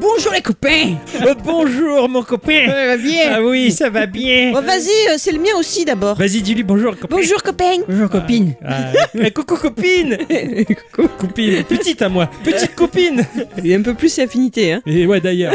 bonjour les copains Euh, bonjour mon copain Ça va bien Oh. Ah oui, ça va bien Bon, vas-y, euh, c'est le mien aussi d'abord. Vas-y, dis-lui bonjour copain Bonjour copain. Bonjour copine Ah, euh, Coucou copine Copine, petite à moi Petite copine Il y a un peu plus affinité, hein. Et ouais d'ailleurs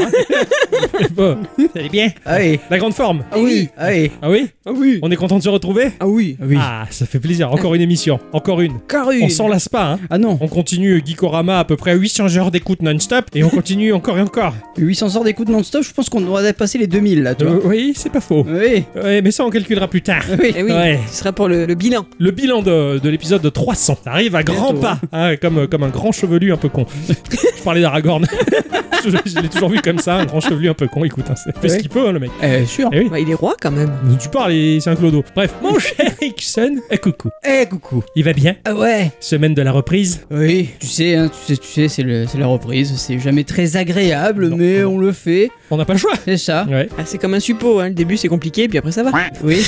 Bon, ça allez bien Ah oui La grande forme Ah oui Ah oui Ah oui Ah oui. On est content de se retrouver Ah oui Ah oui Ah, ça fait plaisir, encore une émission, encore une Encore une on s'en lasse pas, hein Ah non On continue Geekorama à peu près 800 heures d'écoute non-stop et on continue encore et encore. 800 heures d'écoute non-stop, je pense qu'on devrait passer les 2000 là, tu vois. Euh, oui, c'est pas faux. Oui Ouais, mais ça on calculera plus tard. Oui Eh oui, Ouais. ce sera pour le, le bilan. Le bilan de, de l'épisode 300 ça arrive à grands Bientôt, pas, hein, comme, comme un grand chevelu un peu con. je parlais d'Aragorn. je je l'ai toujours vu comme ça, un grand chevelu un peu con. Écoute, hein, ça fait ce Ouais. qu'il peut, hein, le mec. Eh, sûr Eh oui. Bah, il est roi quand même. Tu parles, et c'est un clodo. Bref, mon cher Ixon, eh, coucou. Eh, coucou Il va bien Ah ouais Semaine de la reprise Oui, tu sais, hein, tu sais, tu sais, c'est le- c'est la reprise, c'est jamais très agréable, Non, mais non. on le fait, On n'a pas le choix c'est ça. Ouais, Ah, c'est comme un suppôt, hein. Le début c'est compliqué, puis après ça va. Oui.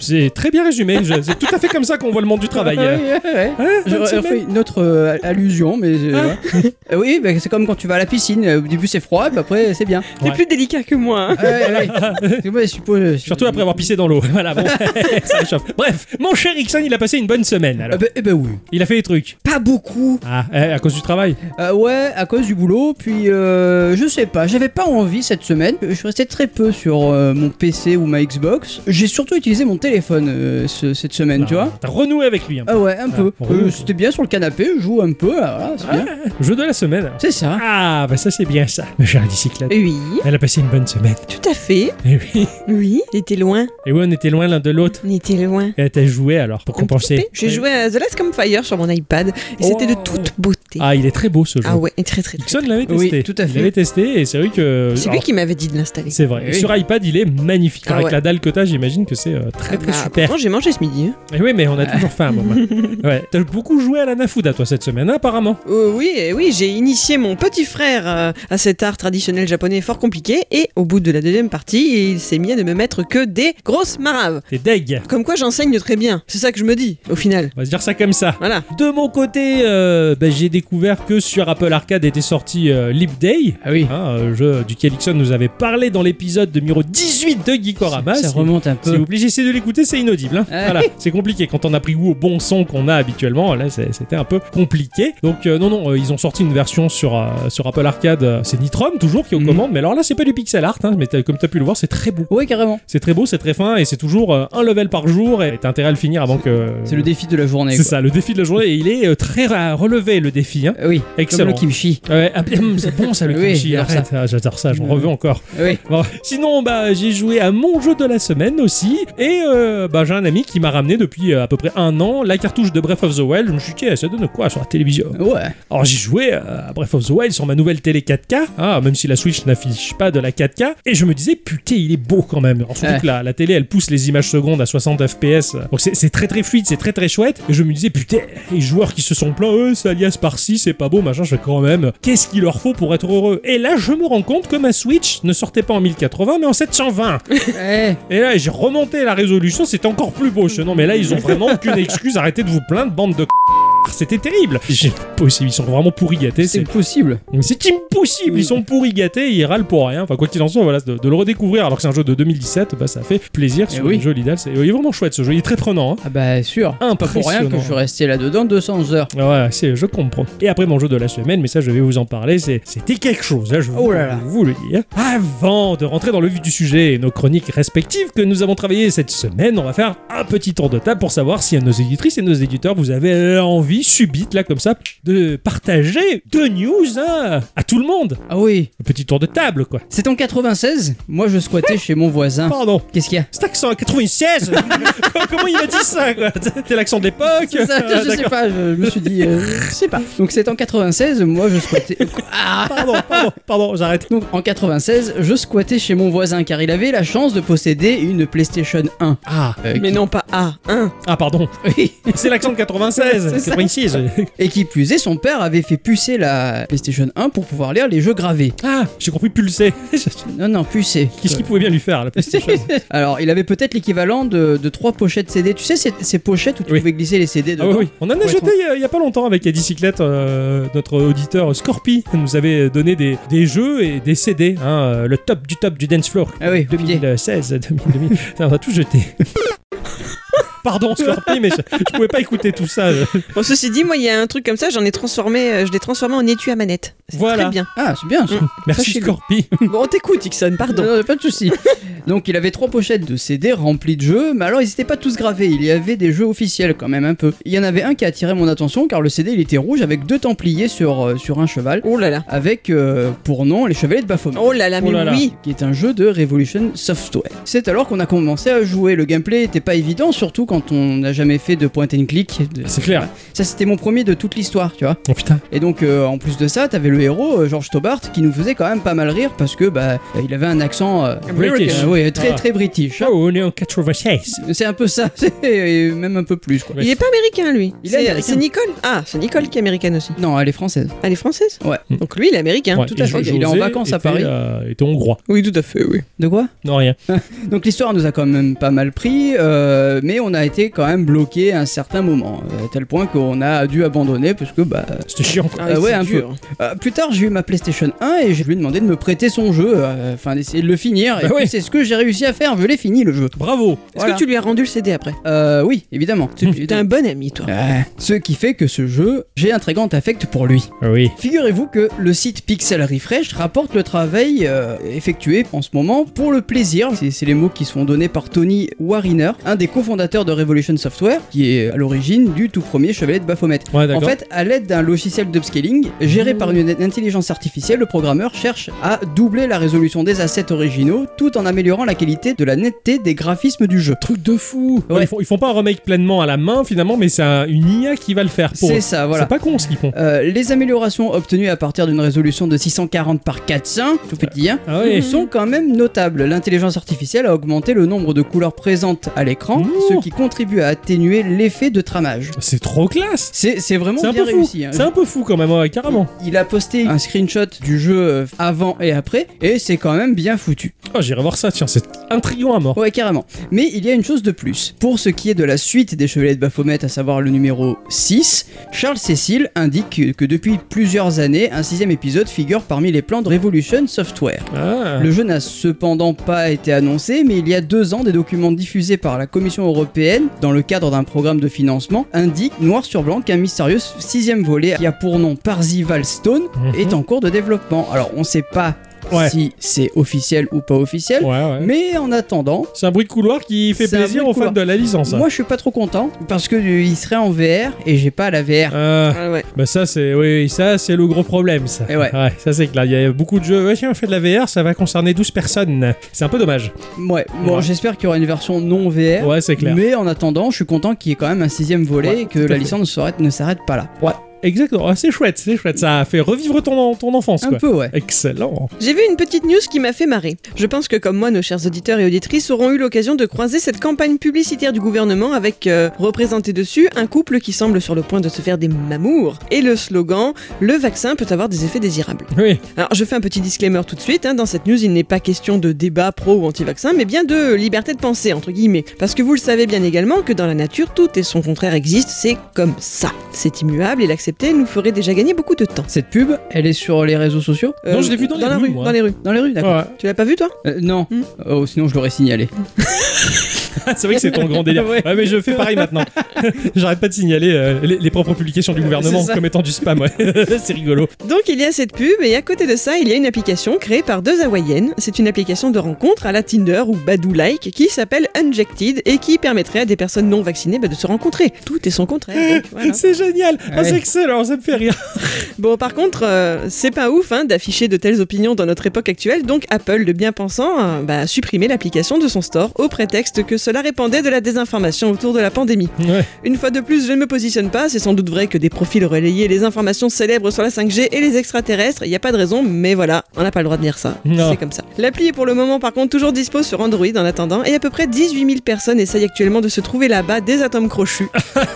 c'est très bien résumé. je- C'est tout à fait comme ça qu'on voit le monde du travail. Ah euh. oui, ouais, ouais. Hein, Je bonne re- semaine. refais une autre euh, allusion, mais euh, Ah. voilà. Euh, oui, bah, c'est comme quand tu vas à la piscine. euh, Au début, c'est froid, puis après, c'est bien. T'es Ouais. plus délicat que moi, hein. Ah, ouais, ouais. Parce que moi, je suppose, euh, Surtout après avoir pissé dans l'eau. Voilà, bon, ça réchauffe. Bref, mon cher Ixon, il a passé une bonne semaine. Ah Alors. bah, eh ben oui. Il a fait des trucs. Pas beaucoup. Ah, eh, à cause du travail Euh, ouais, à cause du boulot. Puis, euh, je sais pas, j'avais pas envie cette semaine. Je suis resté très peu sur euh, mon PC ou ma Xbox. J'ai surtout utilisé mon téléphone euh, ce- cette semaine, tu Ah, vois. T'as renoué avec lui un peu. Ah ouais, un peu. pour Euh, eux. C'était bien sur le canapé, je joue un peu, ah, voilà, c'est bien. Jeu de la semaine. alors. C'est ça. Ah, bah ça c'est bien ça, ma chère bicyclette. Oui, Elle a passé une bonne semaine. tout à fait. Et oui. Oui, il était loin. Et oui, on était loin l'un de l'autre. On était loin. Et t'as joué alors, pour Un petit compenser. peu. J'ai joué à The Last Campfire sur mon iPad et c'était de toute beauté. Oh. Ah, Ah, il est très beau ce jeu. ouais, et très très très. Ixon l'avait Oui, testé. tout à Il fait. l'avait testé et c'est vrai que. C'est lui alors, qui m'avait dit de l'installer. c'est vrai. Oui. Sur iPad, il est magnifique. Ah Avec ouais. la dalle que t'as, j'imagine que c'est euh, très Ah très bah, super. pourtant, j'ai mangé ce midi. hein. Et oui, mais on a toujours faim, maman. Ouais. T'as beaucoup joué à la Nafuda, toi, cette semaine, hein, apparemment. Euh, oui, eh oui, j'ai initié mon petit frère euh, à cet art traditionnel japonais fort compliqué et au bout de la deuxième partie, il s'est mis à ne me mettre que des grosses maraves. T'es deg. Comme quoi j'enseigne très bien. C'est ça que je me dis, au final. On va se dire ça comme ça. Voilà. De mon côté, euh, bah, j'ai découvert que sur Apple Arcade était sorti euh, Leap Day, Ah oui. hein, un jeu duquel Ixon nous avait parlé dans l'épisode numéro 18 de Geekorama. ça Si- remonte un Si peu. vous obligez de l'écouter, c'est inaudible. hein. Ouais. Voilà, c'est compliqué. Quand on a pris goût au bon son qu'on a habituellement, là, c'est- c'était un peu compliqué. Donc euh, non, non, euh, ils ont sorti une version sur euh, sur Apple Arcade. euh, c'est Nitrom toujours qui est aux Mhm. commandes, mais alors là, c'est pas du pixel art, hein, mais t'as- comme t'as pu le voir, c'est très beau. Ouais, carrément. C'est très beau, c'est très fin, et c'est toujours euh, un level par jour. Et t'as intérêt à le finir avant que. C'est le défi de la journée. C'est quoi. ça, le défi de la journée. Et il est euh, très ra- relevé, le défi. Hein. Euh, Oui, Excellent. comme le kimchi. Ouais, ah, hum, c'est bon ça le Oui, kimchi, j'adore arrête, Ah, j'adore ça, j'en Ouais. reveux encore. Oui. Bon, sinon, bah, j'ai joué à mon jeu de la semaine aussi, et euh, bah, j'ai un ami qui m'a ramené depuis euh, à peu près un an la cartouche de Breath of the Wild. Je me suis dit, tiens, ça donne quoi sur la télévision Ouais. Alors j'ai joué euh, à Breath of the Wild sur ma nouvelle télé 4K, hein, même si la Switch n'affiche pas de la 4K, et je me disais, putain, il est beau quand même. Alors, surtout Ouais. que la, la télé, elle pousse les images secondes à 60 FPS, euh, donc c'est c'est très très fluide, c'est très très chouette, et je me disais, putain, les joueurs qui se sont plaints, eux, c'est alias par-ci, c'est pas beau, machin, je fais quand même, qu'est-ce qu'il leur faut pour être heureux Et là, je me rends compte que ma Switch ne sortait pas en 1080, mais en 720. Eh, Et là, j'ai remonté la résolution, c'était encore plus beau. Je fais, non, mais là, ils ont vraiment aucune excuse. Arrêtez de vous plaindre, bande de c******. c'était terrible. J'ai pas possible, ils sont vraiment pourris gâtés. c'est C'est possible. c'est impossible, ils sont pourris gâtés, ils râlent pour rien. Enfin, quoi qu'il en soit, voilà, de, de le redécouvrir alors que c'est un jeu de 2017, bah ça fait plaisir. Eh C'est oui. un jeu Lidl, c'est- il est vraiment chouette ce jeu, il est très prenant. hein. Ah bah sûr. Pas pour rien que je suis resté là-dedans 200 heures. Ah Ouais, c'est, je comprends. Et après mon jeu de la semaine, mais ça je vais vous en parler, c'est, c'était quelque chose, hein, je vais Oh là là. vous le dire. Avant de rentrer dans le vif du sujet et nos chroniques respectives que nous avons travaillées cette semaine, on va faire un petit tour de table pour savoir si à nos éditrices et nos éditeurs, vous avez envie subite, là comme ça, de partager deux news hein, à tout le monde. Ah oui. Un petit tour de table, quoi. C'est en 96. Moi, je squattais chez mon voisin. Pardon. Qu'est-ce qu'il y a Cet accent à 96 Comment il a dit ça, quoi T'es l'accent de l'époque C'est ça, Ah, je sais d'accord. pas, je, je me suis dit, euh, je sais pas. Donc c'est en 96, moi je squattais. Ah Pardon, pardon, pardon, j'arrête. Donc en 96, je squattais chez mon voisin car il avait la chance de posséder une PlayStation 1. Ah, Euh, Mais non, pas A, 1. ah pardon. Oui, C'est l'accent de 96, C'est ça. 96, ici. c'est- Et qui plus est, son père avait fait pucer la PlayStation 1 pour pouvoir lire les jeux gravés. Ah, j'ai compris pulser. Non, non, pucer. Euh, Qu'est-ce qu'il pouvait bien lui faire la PlayStation Alors, il avait peut-être l'équivalent de, de trois pochettes CD. Tu sais, ces, ces pochettes où tu Oui. pouvais glisser les CD Ah dedans. oui, oui. On en a Ouais, jeté il y a- il y, a pas longtemps avec la bicyclette. euh, notre auditeur Scorpi nous avait donné des, des jeux et des CD. hein, euh, le top du top du dance floor. Ah oui, au pied. 2016, 2000, Putain, on a tout jeté. Pardon Scorpi, mais je, je pouvais pas écouter tout ça. je- Bon, ceci dit, moi, il y a un truc comme ça, j'en ai transformé, euh, je l'ai transformé en étui à manette. C'est Voilà. Très bien. Ah, c'est bien ça. Merci Sachez-le. Scorpi. Bon, on t'écoute, Ixon, pardon. Non, non, pas de souci. Donc il avait trois pochettes de CD remplies de jeux, mais alors ils n'étaient pas tous gravés. Il y avait des jeux officiels quand même un peu. Il y en avait un qui a attiré mon attention car le CD il était rouge avec deux Templiers sur euh, sur un cheval, Oh là là. avec euh, pour nom les Chevaliers de Baphomet. Oh là là, mais Oh là là. oui. qui est un jeu de Revolution Software. C'est alors qu'on a commencé à jouer. Le gameplay n'était pas évident, surtout quand on n'a jamais fait de point and click. De- C'est clair. Ça, c'était mon premier de toute l'histoire, tu vois. Oh putain. Et donc, euh, en plus de ça, t'avais le héros, euh, George Tobart, qui nous faisait quand même pas mal rire parce que bah, il avait un accent euh, British. euh, oui, très Ah. très british. hein. Oh, on est en 96. C'est un peu ça, c'est- et même un peu plus quoi. Ouais. Il est pas américain, lui. Il est C'est américain. c'est Nicole. Ah, c'est Nicole qui est américaine aussi. Non, elle est française. Elle est française Ouais. Donc lui, il est américain. Ouais, Hein, tout et à fait. Jo- Il est en José vacances à était, Paris. euh, était hongrois. Oui, tout à fait, oui. De quoi Non, rien. Donc l'histoire nous a quand même pas mal pris, euh, mais on a été quand même bloqué à un certain moment, euh, à tel point qu'on a dû abandonner parce que bah C'était chiant. Ah, Ah ouais, c'est un dur. Euh, plus tard, j'ai eu ma PlayStation 1 et je lui ai demandé de me prêter son jeu, euh, enfin d'essayer de le finir. Et Bah puis, ouais. c'est ce que j'ai réussi à faire, je l'ai fini le jeu. Bravo. Est-ce Voilà. que tu lui as rendu le CD après Euh, oui, évidemment. C'est- T'es un bon ami, toi. Euh, ce qui fait que ce jeu, j'ai un très grand affect pour lui. Oui. Figurez-vous que le site Pixel Refresh rapporte le travail euh, effectué en ce moment pour le plaisir. C'est c'est les mots qui sont donnés par Tony Wariner, un des cofondateurs de Revolution Software, qui est à l'origine du tout premier Chevalier de Baphomet. Ouais, En d'accord. Mmh. fait, à l'aide d'un logiciel d'upscaling géré par une intelligence artificielle, le programmeur cherche à doubler la résolution des assets originaux tout en améliorant la qualité de la netteté des graphismes du jeu. Truc de fou Ouais. ils, font, ils font pas un remake pleinement à la main finalement, mais c'est un- une IA qui va le faire pour eux. C'est ça, voilà. C'est pas con ce qu'ils font. Euh, les améliorations obtenues à partir d'une résolution de 640 par 400, tout petit, hein, Ah ouais. sont quand même notables. L'intelligence artificielle a augmenté le nombre de couleurs présentes à l'écran, Ouh. ce qui contribue à atténuer l'effet de tramage. C'est trop classe C'est c'est vraiment C'est un bien peu fou réussi. hein. C'est un peu fou quand même, ouais, carrément. Il a posté un screenshot du jeu euh, avant et après, et c'est quand même bien foutu. Oh, J'irai voir ça, tiens, c'est intriguant à mort. Ouais, carrément. Mais il y a une chose de plus. Pour ce qui est de la suite des Chevaliers de Baphomet, à savoir le numéro 6, Charles Cécile indique que, que depuis plusieurs années, un sixième épisode figure parmi les plans de Revolution Software. Ah. Le jeu n'a cependant pas été annoncé, mais il y a deux ans, des documents diffusés par la Commission européenne dans le cadre d'un programme de financement indiquent noir sur blanc qu'un mystérieux sixième volet qui a pour nom Parzival Stone Mhm. est en cours de développement. Alors on sait pas Ouais. si c'est officiel ou pas officiel, Ouais, ouais. mais en attendant, C'est un bruit de couloir qui fait C'est un plaisir bruit de aux fans couloir. de la licence. moi je suis pas trop content parce que euh, il serait en VR et j'ai pas la VR. Euh, Ah ouais. bah ça c'est oui, oui, ça c'est le gros problème ça. Et ouais. ça c'est que là il y a beaucoup de jeux. Ouais, tiens, on fait de la VR, ça va concerner 12 personnes. C'est un peu dommage. Ouais, bon Ouais. j'espère qu'il y aura une version non VR. Ouais, c'est clair. Mais en attendant, je suis content qu'il y ait quand même un sixième volet Ouais, et que tout à la fait. licence ne s'arrête- ne s'arrête pas là. Ouais, exactement. Ah, c'est chouette, c'est chouette. Ça a fait revivre ton ton enfance Un quoi. peu, ouais. Excellent. J'ai vu une petite news qui m'a fait marrer. Je pense que comme moi, nos chers auditeurs et auditrices auront eu l'occasion de croiser cette campagne publicitaire du gouvernement avec euh, représenté dessus un couple qui semble sur le point de se faire des mamours et le slogan Le vaccin peut avoir des effets désirables. Oui. Alors je fais un petit disclaimer tout de suite, hein, dans cette news il n'est pas question de débat pro ou anti-vaccin, mais bien de liberté de pensée, entre guillemets. Parce que vous le savez bien également que dans la nature, tout et son contraire existe, c'est comme ça. C'est immuable et l'accepter nous ferait déjà gagner beaucoup de temps. Cette pub, elle est sur les réseaux sociaux Euh, Non, je l'ai vu dans les la rues, rue. moi. Euh, Dans les rues. Dans les rues, d'accord. Ouais. Tu l'as pas vu toi Euh, non, Hmm. oh, sinon je l'aurais signalé. Ah, c'est vrai que c'est ton grand délire. Ouais. Ouais. mais je fais pareil maintenant. J'arrête pas de signaler euh, les, les propres publications du gouvernement C'est ça. comme étant du spam. ouais. c'est rigolo. Donc il y a cette pub et à côté de ça, il y a une application créée par deux hawaïennes. C'est une application de rencontre à la Tinder ou Badoo Like qui s'appelle Unjected et qui permettrait à des personnes non vaccinées bah, de se rencontrer. Tout est son contraire. donc, voilà. C'est génial. Ah, Ouais. c'est excellent. Ça me fait rire. Bon par contre, euh, c'est pas ouf hein, d'afficher de telles opinions dans notre époque actuelle. Donc Apple, le bien pensant, euh, bah, a supprimé l'application de son store au prétexte que cela répandait de la désinformation autour de la pandémie. Ouais. Une fois de plus, je ne me positionne pas, c'est sans doute vrai que des profils relayaient les informations célèbres sur la 5G et les extraterrestres, il n'y a pas de raison, mais voilà, on n'a pas le droit de dire ça. Non. C'est comme ça. L'appli est pour le moment par contre toujours dispo sur Android en attendant, et à peu près 18 000 personnes essayent actuellement de se trouver là-bas des atomes crochus. Ah,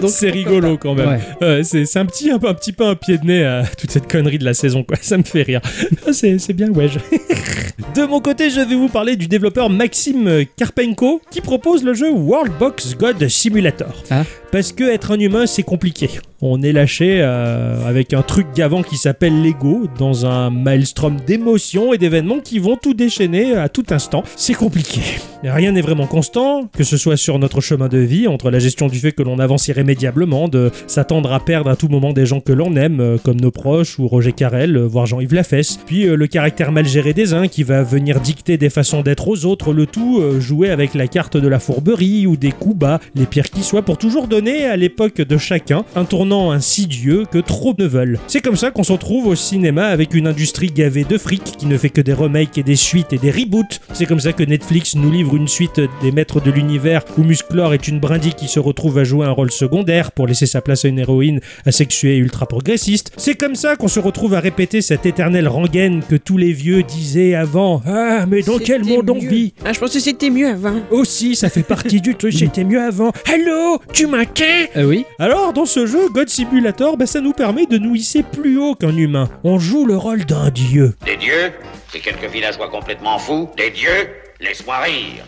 Donc, c'est pourquoi rigolo quand même. Ouais. Euh, c'est c'est un petit, un, peu- un petit peu un pied de nez à toute cette connerie de la saison, quoi. Ça me fait rire. Non, C'est c'est bien, ouais. je- De mon côté, je vais vous parler du développeur Maxime Karpenko qui propose le jeu Worldbox God Simulator. Ah. Parce que être un humain, c'est compliqué. On est lâché euh, avec un truc gavant qui s'appelle l'ego dans un maelstrom d'émotions et d'événements qui vont tout déchaîner à tout instant. C'est compliqué. Rien n'est vraiment constant, que ce soit sur notre chemin de vie, entre la gestion du fait que l'on avance irrémédiablement, de s'attendre à perdre à tout moment des gens que l'on aime, euh, comme nos proches ou Roger Carrel, euh, voire Jean-Yves Lafesse, puis euh, le caractère mal géré des uns qui va venir dicter des façons d'être aux autres, le tout euh, joué avec la carte de la fourberie ou des coups bas, les pires qui soient, pour toujours donner à l'époque de chacun un tournant insidieux que trop ne veulent. C'est comme ça qu'on se retrouve au cinéma avec une industrie gavée de fric qui ne fait que des remakes et des suites et des reboots. C'est comme ça que Netflix nous livre une suite des maîtres de l'univers où Musclor est une brindille qui se retrouve à jouer un rôle secondaire pour laisser sa place à une héroïne asexuée et ultra progressiste. C'est comme ça qu'on se retrouve à répéter cette éternelle rengaine que tous les vieux disaient avant. Ah, mais dans quel C'était monde on mieux. vit Ah, je pense que c'était mieux avant. Aussi, ça fait partie du truc, c'était mieux avant. Hello, tu m'inquiètes Ah oui alors, dans ce jeu, God Simulator, bah, ça nous permet de nous hisser plus haut qu'un humain. On joue le rôle d'un dieu. Des dieux C'est quelques villageois complètement fous Des dieux Laisse-moi rire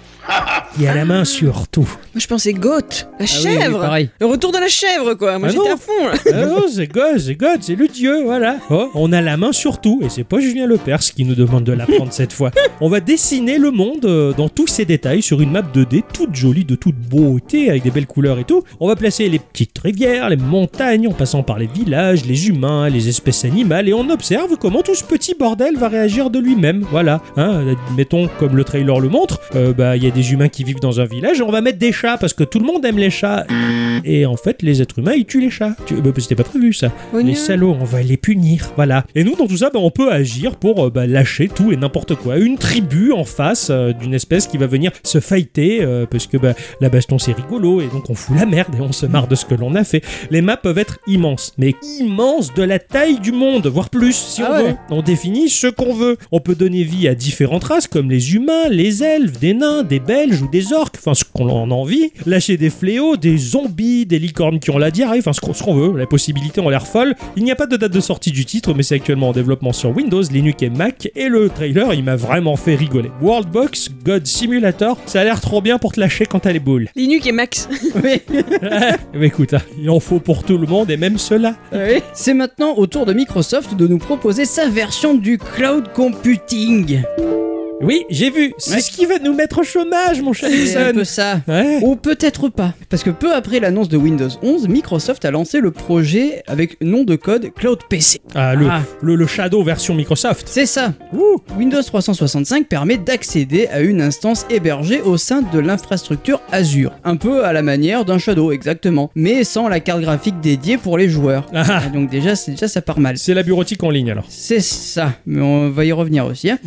qui a la main sur tout. Moi je pensais Goth, la Ah oui, oui, chèvre pareil. Le retour de la chèvre quoi, moi Ah j'étais non. à fond là. Ah non, c'est God, c'est God, c'est le dieu, voilà. Oh, on a la main sur tout, et c'est pas Julien Lepers qui nous demande de l'apprendre cette fois. On va dessiner le monde euh, dans tous ses détails sur une map 2D toute jolie, de toute beauté, avec des belles couleurs et tout. On va placer les petites rivières, les montagnes, en passant par les villages, les humains, les espèces animales, et on observe comment tout ce petit bordel va réagir de lui-même. Voilà, hein, admettons, comme le trailer le montre, euh, bah, il y a des humains qui vivent dans un village, et on va mettre des chats, parce que tout le monde aime les chats, et en fait, les êtres humains, ils tuent les chats. Tu... bah, C'était pas prévu ça. Oh Les salauds, on va les punir. Voilà. Et nous, dans tout ça, bah, on peut agir pour euh, bah, lâcher tout et n'importe quoi. Une tribu en face euh, d'une espèce qui va venir se fighter, euh, parce que bah, la baston, c'est rigolo, et donc on fout la merde et on se marre de ce que l'on a fait. Les maps peuvent être immenses, mais immenses de la taille du monde, voire plus, si Ah on ouais. veut. On définit ce qu'on veut. On peut donner vie à différentes races comme les humains, les elfes, des nains, des belges ou des orques, enfin ce qu'on en a envie. Lâcher des fléaux, des zombies, des licornes qui ont la diarrhée, enfin ce qu'on ce qu'on veut. La possibilité en l'air folle. Il n'y a pas de date de sortie du titre, mais c'est actuellement en développement sur Windows, Linux et Mac. Et le trailer, il m'a vraiment fait rigoler. Worldbox, God Simulator, ça a l'air trop bien pour te lâcher quand t'as les boules. Linux et Max. Oui. Mais écoute, hein, il en faut pour tout le monde et même cela. C'est maintenant au tour de Microsoft de nous proposer sa version du cloud computing. Oui, j'ai vu. C'est Ouais. ce qui va nous mettre au chômage, mon cher C'est un Wilson. peu ça. Ouais. Ou peut-être pas. Parce que peu après l'annonce de Windows 11, Microsoft a lancé le projet avec nom de code Cloud PC. Ah, le, Ah. le, le Shadow version Microsoft. C'est ça. Ouh. Windows 365 permet d'accéder à une instance hébergée au sein de l'infrastructure Azure, un peu à la manière d'un Shadow exactement, mais sans la carte graphique dédiée pour les joueurs. Ah, ah. Et donc déjà, c'est déjà ça part mal. C'est la bureautique en ligne alors. C'est ça, mais on va y revenir aussi. hein.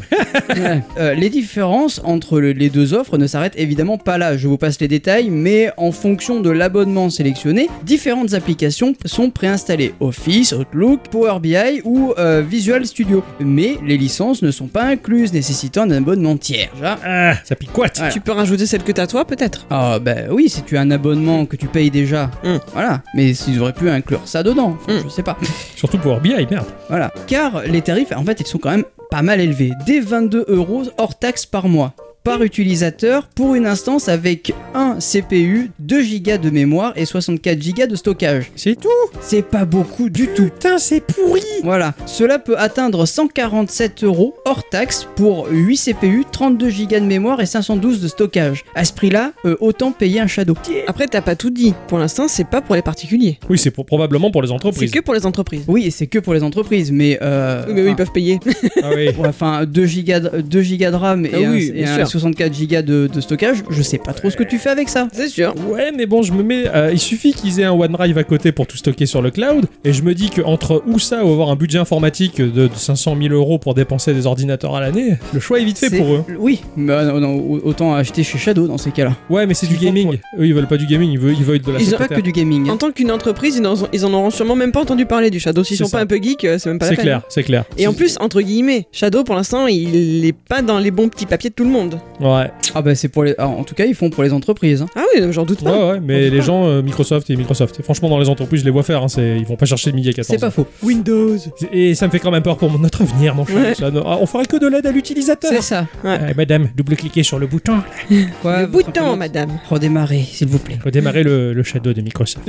Ouais. Euh, les différences entre le- les deux offres ne s'arrêtent évidemment pas là, je vous passe les détails, mais en fonction de l'abonnement sélectionné, différentes applications sont préinstallées Office, Outlook, Power BI ou euh, Visual Studio. Mais les licences ne sont pas incluses, nécessitant un abonnement tiers. Ah. Ah, ça picoite. Ouais. Tu peux rajouter celle que t'as toi peut-être Ah bah oui, si tu as un abonnement que tu payes déjà, Mm. voilà. Mais ils auraient pu inclure ça dedans, Enfin, Mm. je sais pas. Surtout pour BI, merde. Voilà. Car les tarifs, en fait, ils sont quand même pas mal élevés. Des 22 euros hors taxe par mois par utilisateur pour une instance avec un CPU, 2 Go de mémoire et 64 Go de stockage. C'est tout. C'est pas beaucoup du tout. Putain, c'est pourri. Voilà, cela peut atteindre 147 euros hors taxe pour 8 CPU, 32 Go de mémoire et 512 de stockage. À ce prix-là, euh, autant payer un Shadow. Après t'as pas tout dit. Pour l'instant c'est pas pour les particuliers. Oui, c'est pour- probablement pour les C'est entreprises. que pour les entreprises. Oui, et c'est que pour les entreprises, mais... euh, Oui, mais oui, ils enfin, peuvent payer. Ah oui. Ouais, enfin 2 gigas de, 2 gigas de RAM et, Ah oui, un- et bien un sûr. 64 gigas de, de stockage, je sais pas trop ce que tu fais avec avec ça. C'est sûr. Ouais, mais bon, je me mets. euh, il suffit qu'ils aient un OneDrive à côté pour tout stocker sur le cloud, et je me dis qu'entre ou ça ou avoir un budget informatique de, de 500 000 euros pour dépenser des ordinateurs à l'année, le choix est vite fait C'est- pour eux. Oui, mais non, non, au- autant acheter chez Shadow dans ces cas-là. Ouais, mais c'est du Ils font gaming. Eux, ils veulent pas du gaming, ils veulent, ils veulent de la Ils ont pas secrétaire. que du gaming. hein. En tant qu'une entreprise, ils n'en ont- ils en auront sûrement même pas entendu parler du Shadow. S'ils C'est sont ça. pas un peu geeks, euh, c'est même pas la C'est peine. hein. clair, c'est clair. Et en plus, entre guillemets, Shadow pour l'instant, il est pas dans les bons petits papiers de tout le monde. Ouais, Ah bah c'est pour les. ah, en tout cas, ils font pour les entreprises. hein. Ah oui, non, j'en doute ouais, pas. ouais, mais On les dit pas. gens, euh, Microsoft et Microsoft. Et franchement, dans les entreprises, je les vois faire, hein, c'est- ils vont pas chercher de midi à 14. C'est pas faux. Windows. Et ça me fait quand même peur pour mon- notre avenir, mon cher. Ouais. Ça, non, ah, on ferait que de l'aide à l'utilisateur. C'est ça. Eh, madame, double-cliquez sur le bouton. Quoi, Le votre bouton, imprimante madame. Redémarrer, s'il vous plaît. Redémarrez le, le shadow de Microsoft.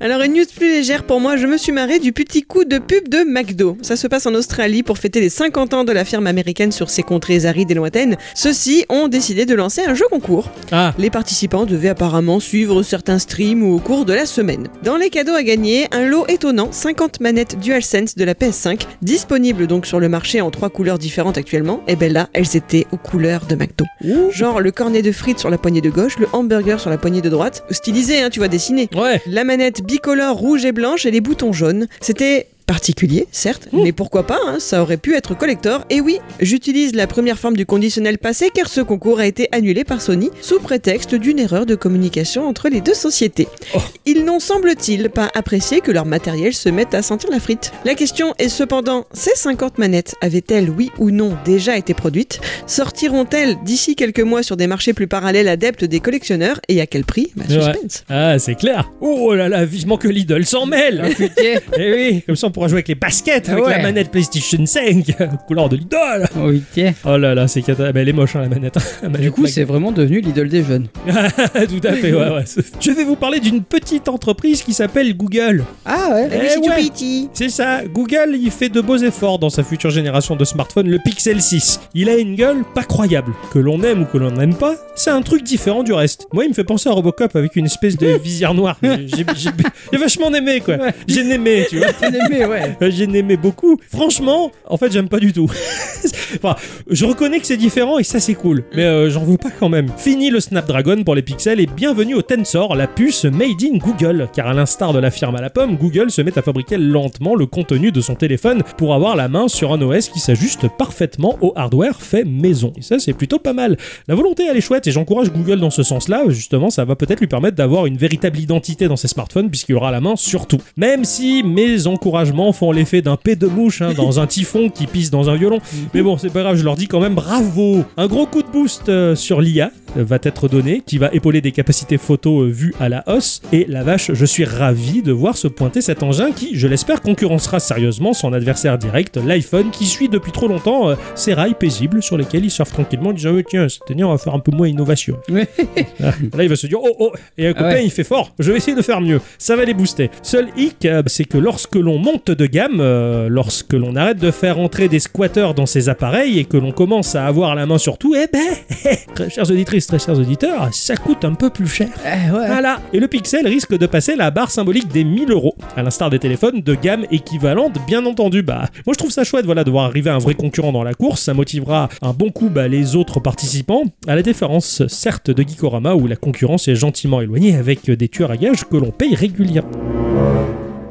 Alors une news plus légère pour moi, je me suis marrée du petit coup de pub de McDo. Ça se passe en Australie pour fêter les 50 ans de la firme américaine sur ses contrées arides et lointaines. Ceux-ci ont décidé de lancer un jeu concours. Ah, Les participants devaient apparemment suivre certains streams au cours de la semaine. Dans les cadeaux à gagner, un lot étonnant, 50 manettes DualSense de la PS5, disponibles donc sur le marché en trois couleurs différentes actuellement. Et ben là, elles étaient aux couleurs de McDo. Genre le cornet de frites sur la poignée de gauche, le hamburger sur la poignée de droite, stylisé hein, tu vois dessiné. ouais. La manette bicolore rouge et blanche et les boutons jaunes, c'était particulier, certes, Mmh. mais pourquoi pas, hein, ça aurait pu être collector. Et oui, j'utilise la première forme du conditionnel passé car ce concours a été annulé par Sony sous prétexte d'une erreur de communication entre les deux sociétés. Oh. Ils n'ont semble-t-il pas apprécié que leur matériel se mette à sentir la frite. La question est cependant, ces 50 manettes avaient-elles, oui ou non, déjà été produites Sortiront-elles d'ici quelques mois sur des marchés plus parallèles adeptes des collectionneurs et à quel prix bah, Ouais. Suspense. Ah, c'est clair. Oh là là, vivement que Lidl s'en mêle. Ah, Putain. Eh oui, comme ça on pourra jouer avec les baskets, avec Ah ouais. la manette PlayStation 5, couleur de Lidl. Oui, tiens. Oh là là, c'est cata... ben, elle est moche hein, la manette. La manette Du coup, Mac- c'est vraiment devenu l'idole des jeunes. tout à fait. Ouais, ouais. Je vais vous parler d'une petite entreprise qui s'appelle Google. Ah ouais. Eh c'est tout ouais. petit. C'est ça, Google il fait de beaux efforts dans sa future génération de smartphones, le Pixel 6. Il a une gueule pas croyable. Que l'on aime ou que l'on n'aime pas, c'est un truc différent du reste. Moi il me fait penser à Robocop avec une espèce de visière noire. J'ai- J'ai j'ai- j'ai vachement aimé quoi. Ouais. J'ai aimé, tu vois. Bien aimé, ouais. Euh, J'ai aimé beaucoup. Franchement, en fait, j'aime pas du tout. enfin, je reconnais que c'est différent et ça, c'est cool. Mais euh, j'en veux pas quand même. Fini le Snapdragon pour les pixels et bienvenue au Tensor, la puce made in Google. Car à l'instar de la firme à la pomme, Google se met à fabriquer lentement le contenu de son téléphone pour avoir la main sur un OS qui s'ajuste parfaitement au hardware fait maison. Et ça, c'est plutôt pas mal. La volonté, elle est chouette et j'encourage Google dans ce sens-là. Justement, ça va peut-être lui permettre d'avoir une véritable identité dans ses smartphones puisqu'il aura la main sur tout. Même si mes encouragements font l'effet d'un pet de mouche hein, dans un typhon qui pisse dans un violon. Mais bon, c'est pas grave, je leur dis quand même bravo. Un gros coup de boost euh, sur l'IA euh, va être donné qui va épauler des capacités photo euh, vues à la hausse. Et la vache, je suis ravi de voir se pointer cet engin qui, je l'espère, concurrencera sérieusement son adversaire direct, l'iPhone, qui suit depuis trop longtemps euh, ses rails paisibles sur lesquels il surfe tranquillement en disant Oh, Tiens, cette année, on va faire un peu moins innovation. Ouais. Ah, Là, il va se dire Oh, oh, et un copain, ouais. il fait fort, je vais essayer de faire mieux. Ça va les booster. Seul hic, euh, c'est que lorsque l'on monte de gamme, euh, lorsque l'on arrête de faire entrer des squatteurs dans ces appareils et que l'on commence à avoir la main sur tout, eh ben, très chères auditrices, très chers auditeurs, ça coûte un peu plus cher. Ah ouais. Voilà. Et le Pixel risque de passer la barre symbolique des 1000 euros, à l'instar des téléphones de gamme équivalente, bien entendu. Bah, moi je trouve ça chouette, voilà, de voir arriver un vrai concurrent dans la course. Ça motivera un bon coup bah, les autres participants, à la différence certes de Geekorama où la concurrence est gentiment éloignée avec des tueurs à gages que l'on paye régulièrement.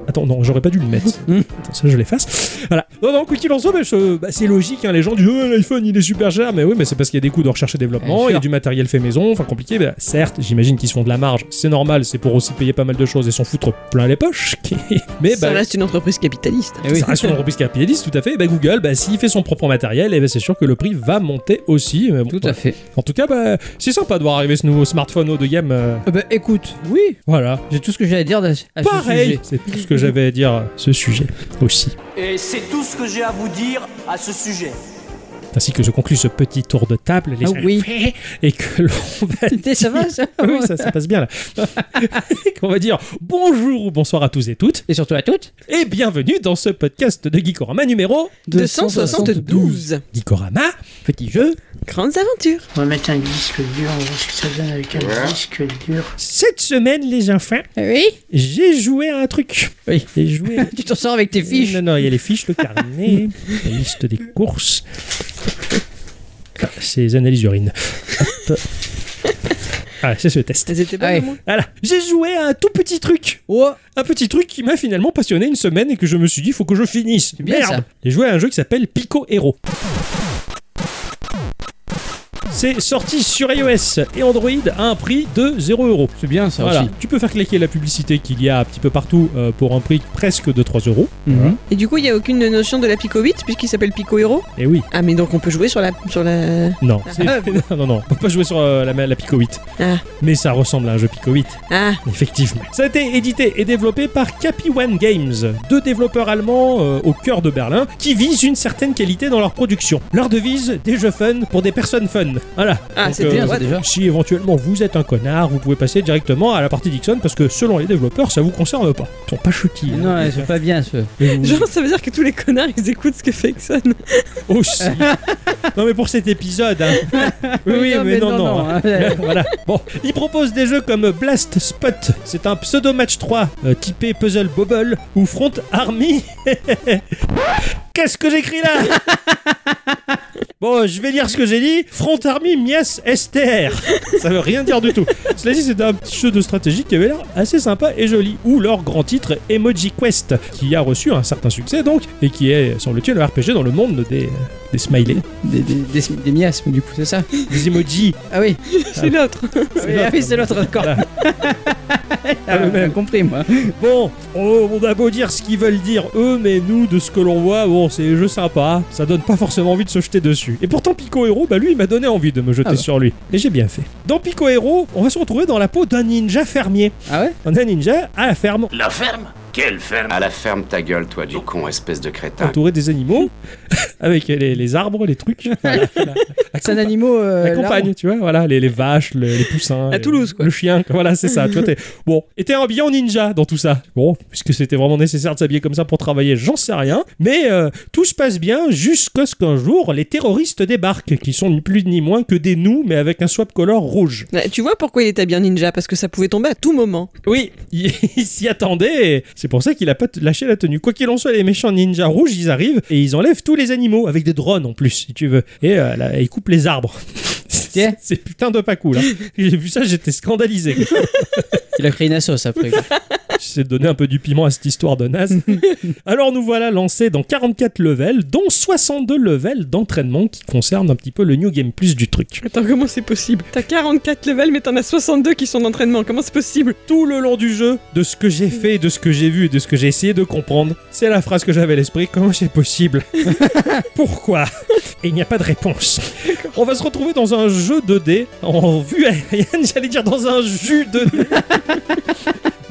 Attends, non, j'aurais pas dû le mettre. Hmm. Attends, ça je l'efface. Voilà. Non, non, quoi qu'il en soit, bah, je- bah, c'est logique. hein, les gens disent oh, l'iPhone il est super cher, mais oui, mais c'est parce qu'il y a des coûts de recherche et Bien développement, sûr. il y a du matériel fait maison, enfin compliqué. Bah, certes, j'imagine qu'ils se font de la marge. C'est normal, c'est pour aussi payer pas mal de choses et s'en foutre plein les poches. mais ça bah, reste une entreprise capitaliste. Eh oui. ça reste une entreprise capitaliste, tout à fait. Et bah, Google, bah, s'il fait son propre matériel, et bah, c'est sûr que le prix va monter aussi. Mais bon, Tout voilà. à fait. En tout cas, bah, c'est sympa de voir arriver ce nouveau smartphone haut de gamme. euh, Eh ben, écoute, oui, voilà. j'ai tout ce que j'ai à dire à à ce Pareil, sujet. c'est tout ce que j'avais à dire à ce sujet aussi. Et c'est tout ce que j'ai à vous dire à ce sujet. Ainsi que je conclus ce petit tour de table, les Ah oui. amis, et que l'on va Putain, Ça va, ça Ah oui, ça, ça passe bien là. Qu'on va dire bonjour ou bonsoir à tous et toutes, Et surtout à toutes. et bienvenue dans ce podcast de Geekorama numéro 272. Geekorama. Petit jeu. Grandes aventures. On va mettre un disque dur, on va voir ce que ça donne avec un disque dur. Cette semaine, les enfants, Eh Oui. j'ai joué à un truc. Oui. J'ai joué à... Tu t'en sors avec tes fiches. Non, non, il y a les fiches, le carnet, la liste des courses. Ah, C'est les analyses urines. Hop. Ah, c'est ce test. Elles étaient bonnes Ouais. au moins. Voilà. J'ai joué à un tout petit truc. Oh, Un petit truc qui m'a finalement passionné une semaine et que je me suis dit, faut que je finisse. bien, Merde. ça. J'ai joué à un jeu qui s'appelle Pico Hero. C'est sorti sur iOS et Android à un prix de 0 euros. c'est bien ça Voilà. aussi. Tu peux faire cliquer la publicité qu'il y a un petit peu partout euh, pour un prix presque de 3 euros. Mhm. Et du coup, il n'y a aucune notion de la Pico 8 puisqu'il s'appelle Pico Hero. Et Eh oui, Ah, mais donc on peut jouer sur la. Sur la... non. Ah, c'est- non, non, non. On peut pas jouer sur euh, la, la Pico 8. Ah. Mais ça ressemble à un jeu Pico 8. Ah, Effectivement. Ça a été édité et développé par Capi One Games, deux développeurs allemands euh, au cœur de Berlin qui visent une certaine qualité dans leur production. Leur devise des jeux fun pour des personnes fun. Voilà. Ah, Donc, c'est bien, ça, déjà. Si éventuellement vous êtes un connard, vous pouvez passer directement à la partie Dixon parce que selon les développeurs, ça vous concerne pas. Ils sont pas chutis. hein. Non, ouais, c'est pas bien ce. Et vous- Genre, ça veut dire que tous les connards ils écoutent ce que fait Exxon. aussi. non mais pour cet épisode. hein. Oui, oui, mais, non, non. hein. hein. voilà. Bon, il propose des jeux comme Blast Spot, c'est un pseudo match 3 euh, typé Puzzle Bobble ou Front Army. Qu'est-ce que j'écris là Bon, je vais lire ce que j'ai dit. Front Army Mias STR. Ça veut rien dire du tout. Cela dit, c'était un petit jeu de stratégie qui avait l'air assez sympa et joli. Ou leur grand titre Emoji Quest, qui a reçu un certain succès donc, et qui est, semble-t-il, un RPG dans le monde des, des smileys. Des, des, des- des miasmes, du coup, c'est ça Des emojis. Ah oui, C'est l'autre. ah oui, ah oui, c'est l'autre, d'accord. Voilà. Ah, le même. j'ai compris, moi. Bon, oh, on a beau dire ce qu'ils veulent dire eux, mais nous, de ce que l'on voit, bon, c'est un jeu sympa. Ça donne pas forcément envie de se jeter dessus. Et pourtant, Pico Hero, bah lui, il m'a donné envie de me jeter Ah bah. sur lui. Et j'ai bien fait. Dans Pico Hero, on va se retrouver dans la peau d'un ninja fermier. Ah ouais Un ninja à la ferme, La ferme Quelle ferme À la ferme ta gueule, toi, du con, espèce de crétin. entouré des animaux, avec les, les arbres, les trucs. Voilà, la- la C'est un compa- animal. La Euh, campagne, tu vois, voilà, les, les vaches, le- les, poussins. À les- Toulouse, quoi. Le chien, voilà, c'est ça. tu vois, t'es- bon, et t'es habillé en ninja dans tout ça. Bon, puisque c'était vraiment nécessaire de s'habiller comme ça pour travailler, j'en sais rien. Mais euh, tout se passe bien jusqu'à ce qu'un jour, les terroristes débarquent, qui sont ni plus ni moins que des nous, mais avec un swap color rouge. Ouais, Bah, tu vois pourquoi il était bien ninja Parce que ça pouvait tomber à tout moment. Oui, il, il s'y attendait. et C'est pour ça qu'il a pas t- lâché la tenue. Quoi qu'il en soit, les méchants ninjas rouges, ils arrivent et ils enlèvent tous les animaux avec des drones en plus, si tu veux. Et euh, là, ils coupent les arbres. Tiens. C'est c'est putain de pas cool. hein. J'ai vu ça, j'étais scandalisé. Il a créé une sauce après. J'essaie de donner un peu du piment à cette histoire de naze. Alors nous voilà lancés dans 44 levels, dont 62 levels d'entraînement qui concernent un petit peu le New Game Plus du truc. Attends, comment c'est possible T'as 44 levels, mais t'en as 62 qui sont d'entraînement. Comment c'est possible Tout le long du jeu, de ce que j'ai fait, de ce que j'ai vu et de ce que j'ai essayé de comprendre, c'est la phrase que j'avais à l'esprit, comment c'est possible Pourquoi Et il n'y a pas de réponse. On va se retrouver dans un jeu 2D, en vue aérienne, j'allais dire dans un jus 2D.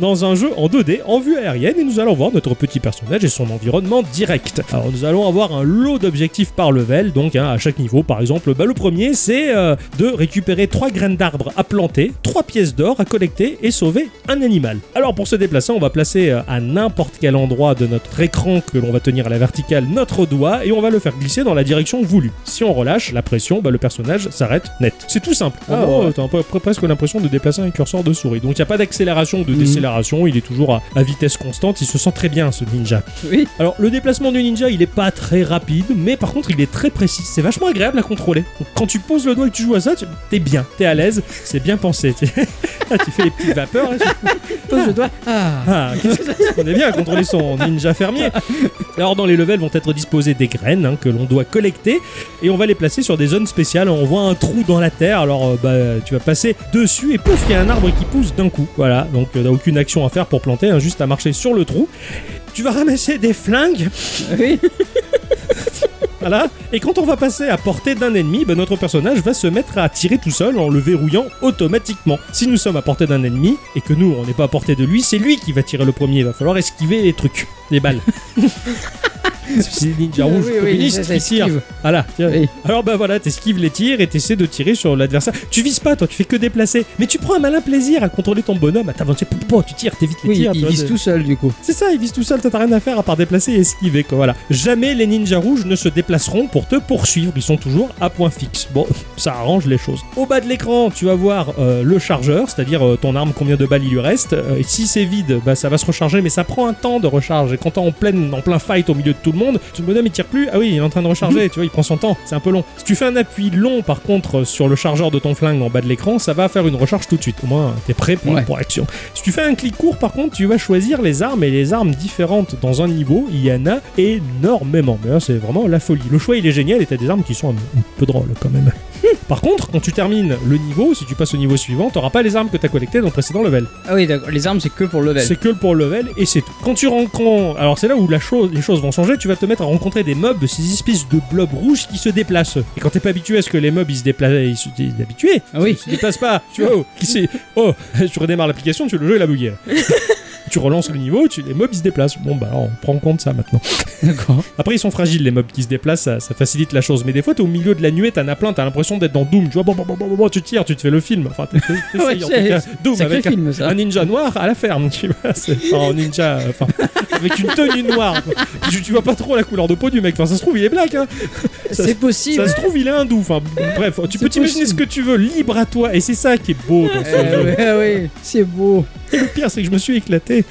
Dans un jeu en 2D, en vue aérienne, et nous allons voir notre petit personnage et son environnement direct. Alors nous allons avoir un lot d'objectifs par level, donc hein, à chaque niveau par exemple. Bah, le premier c'est euh, de récupérer trois graines d'arbre à planter, trois pièces d'or à collecter et sauver un animal. Alors pour se déplacer, on va placer euh, à n'importe quel endroit de notre écran que l'on va tenir à la verticale notre doigt et on va le faire glisser dans la direction voulue. Si on relâche la pression, bah, le personnage s'arrête net. C'est tout simple. En Ah, gros, ouais. euh, t'as un peu- pre- presque l'impression de déplacer un curseur de souris. Donc il n'y a pas d'accélération ou de Mhm. décélération, il est toujours à, à vitesse constante, il se sent très bien ce ninja. Oui. Alors le déplacement du ninja, il est pas très rapide, mais par contre il est très précis. C'est vachement agréable à contrôler. Donc, quand tu poses le doigt et que tu joues à ça, tu- t'es bien, t'es à l'aise, c'est bien pensé. Tu- Ah, tu fais les petites vapeurs. là, tu- Pose le doigt. Ah ah, qu'est-ce que- on est bien à contrôler son ninja fermier. Alors dans les levels vont être disposées des graines hein, que l'on doit collecter et on va les placer sur des zones spéciales. On voit un trou dans la terre, alors euh, bah, tu vas passer dessus et pouf, il y a un arbre qui pousse d'un coup. Voilà, donc euh, t'as aucune action à faire pour planter, hein, juste à marcher sur le trou. Tu vas ramasser des flingues oui. voilà. Et quand on va passer à portée d'un ennemi, bah, notre personnage va se mettre à tirer tout seul en le verrouillant automatiquement. Si nous sommes à portée d'un ennemi et que nous on n'est pas à portée de lui, c'est lui qui va tirer le premier. Il va falloir esquiver les trucs, les balles. C'est Ninja Rouge Oui, oui, communiste ça, ça qui tire. esquive. Voilà, tiens. Oui. Alors bah voilà, t'esquives les tirs et t'essaies de tirer sur l'adversaire. Tu vises pas, toi, tu fais que déplacer. Mais tu prends un malin plaisir à contrôler ton bonhomme, à t'avancer, pou- pou- tu tires, t'évites les Oui, tirs. tu il vois, vise c'est- tout seul du coup. c'est ça, ils visent tout seul, t'as rien à faire à part déplacer et esquiver, quoi, voilà. Jamais les ninjas rouges ne se déplaceront pour te poursuivre, ils sont toujours à point fixe. Bon, ça arrange les choses. Au bas de l'écran, tu vas voir euh, le chargeur, c'est-à-dire euh, ton arme, combien de balles il lui reste. Euh, et si c'est vide, bah, ça va se recharger, mais ça prend un temps de recharge. Et quand t'es en, pleine, en plein fight au milieu de tout le monde, monde. Ce bonhomme il tire plus. Ah oui, il est en train de recharger, tu vois, il prend son temps. C'est un peu long. Si tu fais un appui long par contre euh, sur le chargeur de ton flingue en bas de l'écran, ça va faire une recharge tout de suite. Au moins, euh, t'es prêt pour, Ouais. pour action. Si tu fais un clic court par contre, tu vas choisir les armes et les armes différentes dans un niveau. Il y en a énormément. Mais là, c'est vraiment la folie. Le choix il est génial et t'as des armes qui sont un un peu drôles quand même. Par contre, quand tu termines le niveau, si tu passes au niveau suivant, t'auras pas les armes que t'as collectées dans le précédent level. Ah oui, d'accord. Les armes, c'est que pour le level. C'est que pour le level et c'est tout. Quand tu rencontres. Alors c'est là où la chose, les choses vont changer, tu vas te mettre à rencontrer des mobs, ces espèces de blobs rouges qui se déplacent. Et quand t'es pas habitué à ce que les mobs ils se déplacent, ils se ils sont habitués, Ah oui. ils se déplacent pas. Tu vois, oh, qui c'est Oh, tu redémarres l'application, tu le jeu il a bugué. là. tu relances le niveau, tu, les mobs ils se déplacent. Bon bah alors, on prend en compte ça maintenant. D'accord. Après, ils sont fragiles, les mobs qui se déplacent, ça, ça facilite la chose. Mais des fois, t'es au milieu de la nuée, t'en as plein, t'as l'impression d'être dans Doom. Tu vois, bon, bon, bon, bon, bon, bon, tu tires, tu te fais le film. Enfin, t'es- t'es- t'essayes, en c'est- tout cas. Doom Sacré avec un- film, ça. un ninja noir à la ferme, tu vois. C'est enfin, un ninja, euh, enfin, avec une tenue noire. Tu, tu vois pas trop la couleur de peau du mec. Enfin, ça se trouve, il est black. Hein. Ça- C'est possible. Ça se trouve, il est hindou. Enfin, bref, tu peux C'est t'imaginer ce que possible. tu veux, libre à toi. Et c'est ça qui est beau dans ce Eh jeu. ouais, eh ouais. C'est beau. Et le pire, c'est que je me suis éclaté.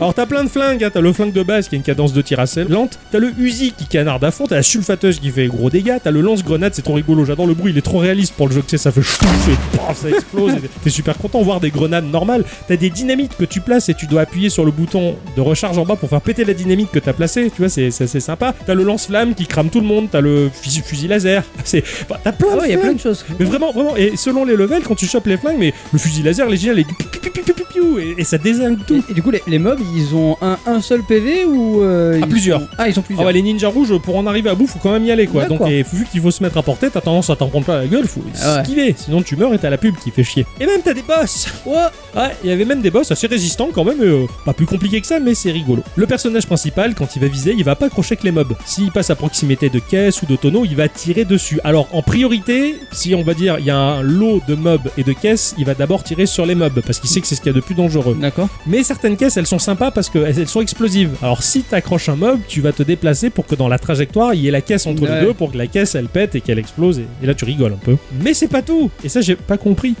Alors t'as plein de flingues, hein. t'as le flingue de base qui a une cadence de tir assez lente, t'as le Uzi qui canarde à fond, t'as la sulfateuse qui fait gros dégâts, t'as le lance-grenade, c'est trop rigolo, j'adore le bruit, il est trop réaliste pour le jeu, tu sais, ça fait chouf et paf, ça explose, et t'es super content, voir des grenades normales, t'as des dynamites que tu places et tu dois appuyer sur le bouton de recharge en bas pour faire péter la dynamite que t'as placée, tu vois, c'est c'est- c'est sympa, t'as le lance-flamme qui crame tout le monde, t'as le fusil, fusil laser, c'est... enfin, t'as plein Ah de ouais, il y a flingues. plein de choses. Mais vraiment, vraiment, et selon les levels, quand tu chopes les flingues, mais le fusil laser, les gilets, les piou, piou, piou, piou, piou, piou, et, et ça désingue Et, tout. et du coup, les, les mobs, ils ont un, un seul PV ou. euh, ils plusieurs. sont- Ah, ils sont Ah plusieurs. ouais, les ninjas rouges, pour en arriver à bout, faut quand même y aller quoi. Donc, D'accord. et vu qu'il faut se mettre à portée, t'as tendance à t'en prendre plein la gueule, faut Ah ouais. esquiver, sinon tu meurs et t'as la pub qui fait chier. Et même t'as des boss Ouais. Ouais, il y avait même des boss assez résistants quand même, euh, pas plus compliqué que ça, mais c'est rigolo. Le personnage principal, quand il va viser, il va pas accrocher que les mobs. S'il passe à proximité de caisses ou de tonneaux, il va tirer dessus. Alors en priorité, si on va dire il y a un lot de mobs et de caisses, il va d'abord tirer sur les mobs parce qu'il sait que c'est ce qu'il y a de plus dangereux. D'accord. Mais certaines caisses, elles sont sympas parce qu'elles elles sont explosives. Alors si t'accroches un mob, tu vas te déplacer pour que dans la trajectoire, il y ait la caisse entre Ouais. les deux, pour que la caisse, elle pète et qu'elle explose. Et, et là, tu rigoles un peu. Mais c'est pas tout. Et ça, j'ai pas compris.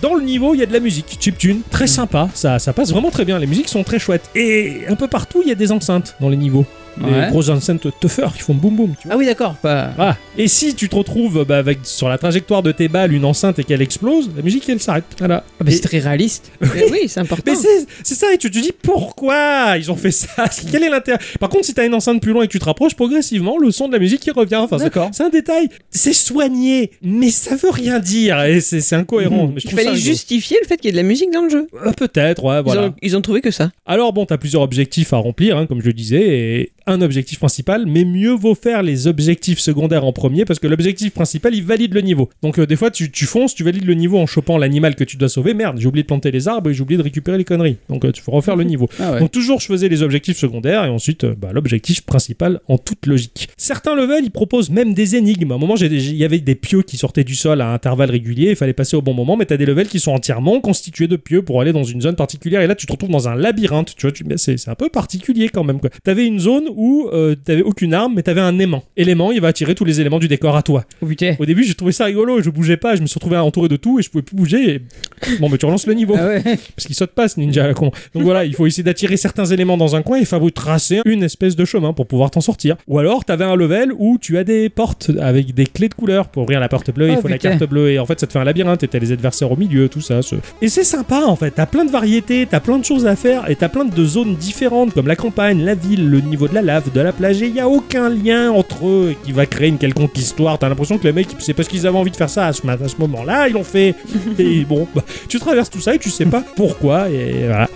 Dans le niveau, il y a de la musique chiptune, très sympa. Ça, ça passe vraiment très bien. Les musiques sont très chouettes. Et un peu partout, il y a des enceintes dans les niveaux. Des Ouais. grosses enceintes tougher qui font boum boum, tu vois. Ah oui, d'accord. Pas... Ah, et si tu te retrouves bah, avec, sur la trajectoire de tes balles une enceinte et qu'elle explose, la musique elle s'arrête. Voilà. Ah, mais Et- c'est très réaliste. Eh oui, c'est important. mais c'est c'est ça, et tu te dis pourquoi ils ont fait ça Quel est l'intérêt Par contre, si t'as une enceinte plus loin et que tu te rapproches progressivement, le son de la musique qui revient. Enfin, c'est- Ah, D'accord. C'est un détail. C'est soigné, mais ça veut rien dire. Et c'est c'est incohérent. Mais je Mhm. Il trouve ça fallait rigolo. justifier le fait qu'il y ait de la musique dans le jeu. Euh, Peut-être, ouais, voilà. Ils, ont, ils ont trouvé que ça. Alors bon, t'as plusieurs objectifs à remplir, hein, comme je le disais, et un objectif principal, mais mieux vaut faire les objectifs secondaires en premier, parce que l'objectif principal, il valide le niveau. Donc euh, des fois, tu, tu fonces, tu valides le niveau en chopant l'animal que tu dois sauver. Merde, j'ai oublié de planter les arbres et j'ai oublié de récupérer les conneries. Donc euh, tu faut refaire le niveau. Ah ouais. Donc toujours je faisais les objectifs secondaires et ensuite euh, bah, l'objectif principal en toute logique. Certains levels ils proposent même des énigmes. À un moment j'ai- j'ai- il y avait des pieux qui sortaient du sol à intervalles réguliers, il fallait passer au bon moment, mais t'as des levels qui sont entièrement constitués de pieux pour aller dans une zone particulière et là tu te retrouves dans un labyrinthe, tu vois, tu, mais c'est c'est un peu particulier quand même quoi. T'avais une zone où euh, t'avais aucune arme mais t'avais un aimant. Et l'aimant il va attirer tous les éléments du décor à toi. Oh, putain. Au début j'ai trouvé ça rigolo, je bougeais pas, je me suis retrouvé entouré de tout et je pouvais plus bouger. et- Bon mais tu relances le niveau Ah ouais. parce qu'il saute pas ce ninja à la con. Donc voilà, il faut essayer d'attirer certains éléments dans un coin et faut tracer une espèce de chemin pour pouvoir t'en sortir. Ou alors t'avais un level où tu as des portes avec des clés de couleur pour ouvrir la porte bleue, il Oh, faut la putain. carte bleue et en fait ça te fait un labyrinthe et t'as les adversaires au milieu, tout ça. ce- Et c'est sympa en fait, t'as plein de variétés, t'as plein de choses à faire et t'as plein de zones différentes comme la campagne, la ville, le niveau de la lave, de la plage et il y a aucun lien entre eux qui va créer une quelconque histoire. T'as l'impression que les mecs c'est parce qu'ils avaient envie de faire ça à ce, à ce moment-là, ils l'ont fait. Et bon, bah, tu traverses tout ça et tu sais pas pourquoi et voilà.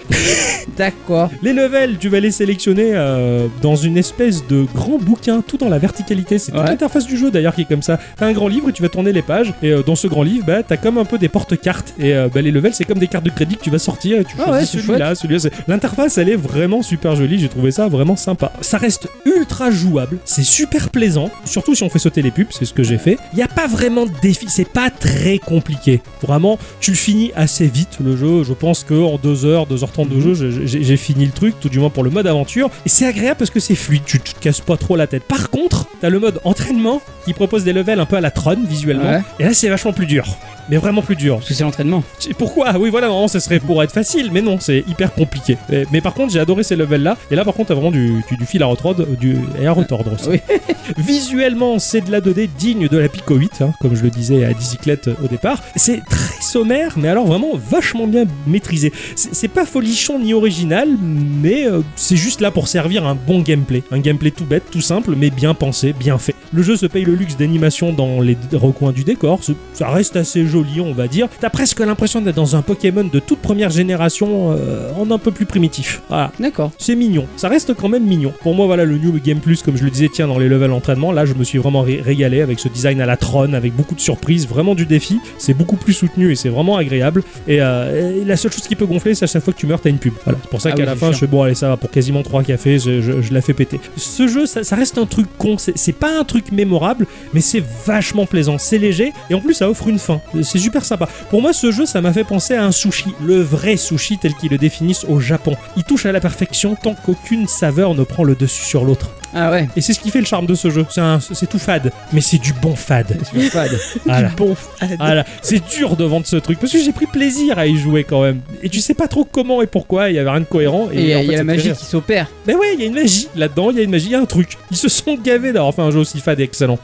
D'accord. Les levels, tu vas les sélectionner euh, dans une espèce de grand bouquin, tout dans la verticalité. C'est toute Ouais. l'interface du jeu d'ailleurs qui est comme ça. T'as un grand livre et tu vas tourner les pages. Et euh, dans ce grand livre, bah, t'as comme un peu des porte-cartes. Et euh, bah, les levels, c'est comme des cartes de crédit que tu vas sortir et tu Ah choisis ouais, c'est celui-là, celui-là. c'est- L'interface, elle est vraiment super jolie. J'ai trouvé ça vraiment sympa. Ça reste ultra jouable. C'est super plaisant. Surtout si on fait sauter les pubs, c'est ce que j'ai fait. Il n'y a pas vraiment de défi. C'est pas très compliqué. Vraiment, tu le finis assez vite le jeu. Je pense que en 2 heures, 2h30 de jeu, j'ai- j'ai j'ai fini le truc, tout du moins pour le mode aventure. Et c'est agréable parce que c'est fluide, tu, tu te casses pas trop la tête. Par contre, t'as le mode entraînement qui propose des levels un peu à la trône visuellement. Ouais. Et là, c'est vachement plus dur. mais vraiment plus dur. Parce que c'est l'entraînement. Et Pourquoi Oui, voilà, normalement, ça serait pour être facile, mais non, c'est hyper compliqué. Et- mais par contre, j'ai adoré ces levels-là. Et là, par contre, t'as vraiment du, du, du fil à retordre, du, et à retordre aussi. Oui. Visuellement, c'est de la 2D digne de la Pico 8, hein, comme je le disais à bicyclette au départ. C'est très sommaire, mais alors vraiment vachement bien maîtrisé. C'est c'est pas folichon ni original, mais euh, c'est juste là pour servir un bon gameplay. Un gameplay tout bête, tout simple, mais bien pensé, bien fait. Le jeu se paye le luxe d'animation dans les d- recoins du décor, ce- ça reste assez joli, on va dire. T'as presque l'impression d'être dans un Pokémon de toute première génération euh, en un peu plus primitif. Voilà. D'accord. C'est mignon, ça reste quand même mignon. Pour moi, voilà le New Game Plus, comme je le disais, tiens, dans les levels entraînement, là, je me suis vraiment ré- régalé avec ce design à la Tron, avec beaucoup de surprises, vraiment du défi. C'est beaucoup plus soutenu et c'est vraiment agréable. Et, euh, et la seule chose qui peut gonfler, c'est à chaque fois que tu meurs, t'as une pub. Voilà, c'est pour ça Ah qu'à oui, la c'est fin, chiant. je fais bon, allez, ça va, pour quasiment 3 cafés, je, je- je la fais péter. Ce jeu, ça, ça reste un truc con, c'est c'est pas un truc mémorable, mais c'est vachement plaisant, c'est léger, et en plus, ça offre une fin. Euh, C'est super sympa. Pour moi, ce jeu, ça m'a fait penser à un sushi, le vrai sushi tel qu'ils le définissent au Japon. Il touche à la perfection tant qu'aucune saveur ne prend le dessus sur l'autre. Ah ouais. Et c'est ce qui fait le charme de ce jeu. C'est un- c'est tout fade, mais c'est du bon fade. C'est pas de- Voilà. Bon, Ah là, c'est dur de vendre ce truc parce que j'ai pris plaisir à y jouer quand même. Et tu sais pas trop comment et pourquoi, il y avait rien de cohérent. Et il y en a, fait, il ça y a la te fait magie rire. qui s'opère. Mais ouais, il y a une magie là-dedans, il y a une magie, il y a un truc. Ils se sont gavés d'avoir fait un jeu aussi fade et excellent.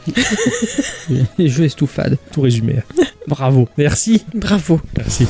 Les jeux estouffades. Tout résumé. Bravo. Merci. bravo. Merci.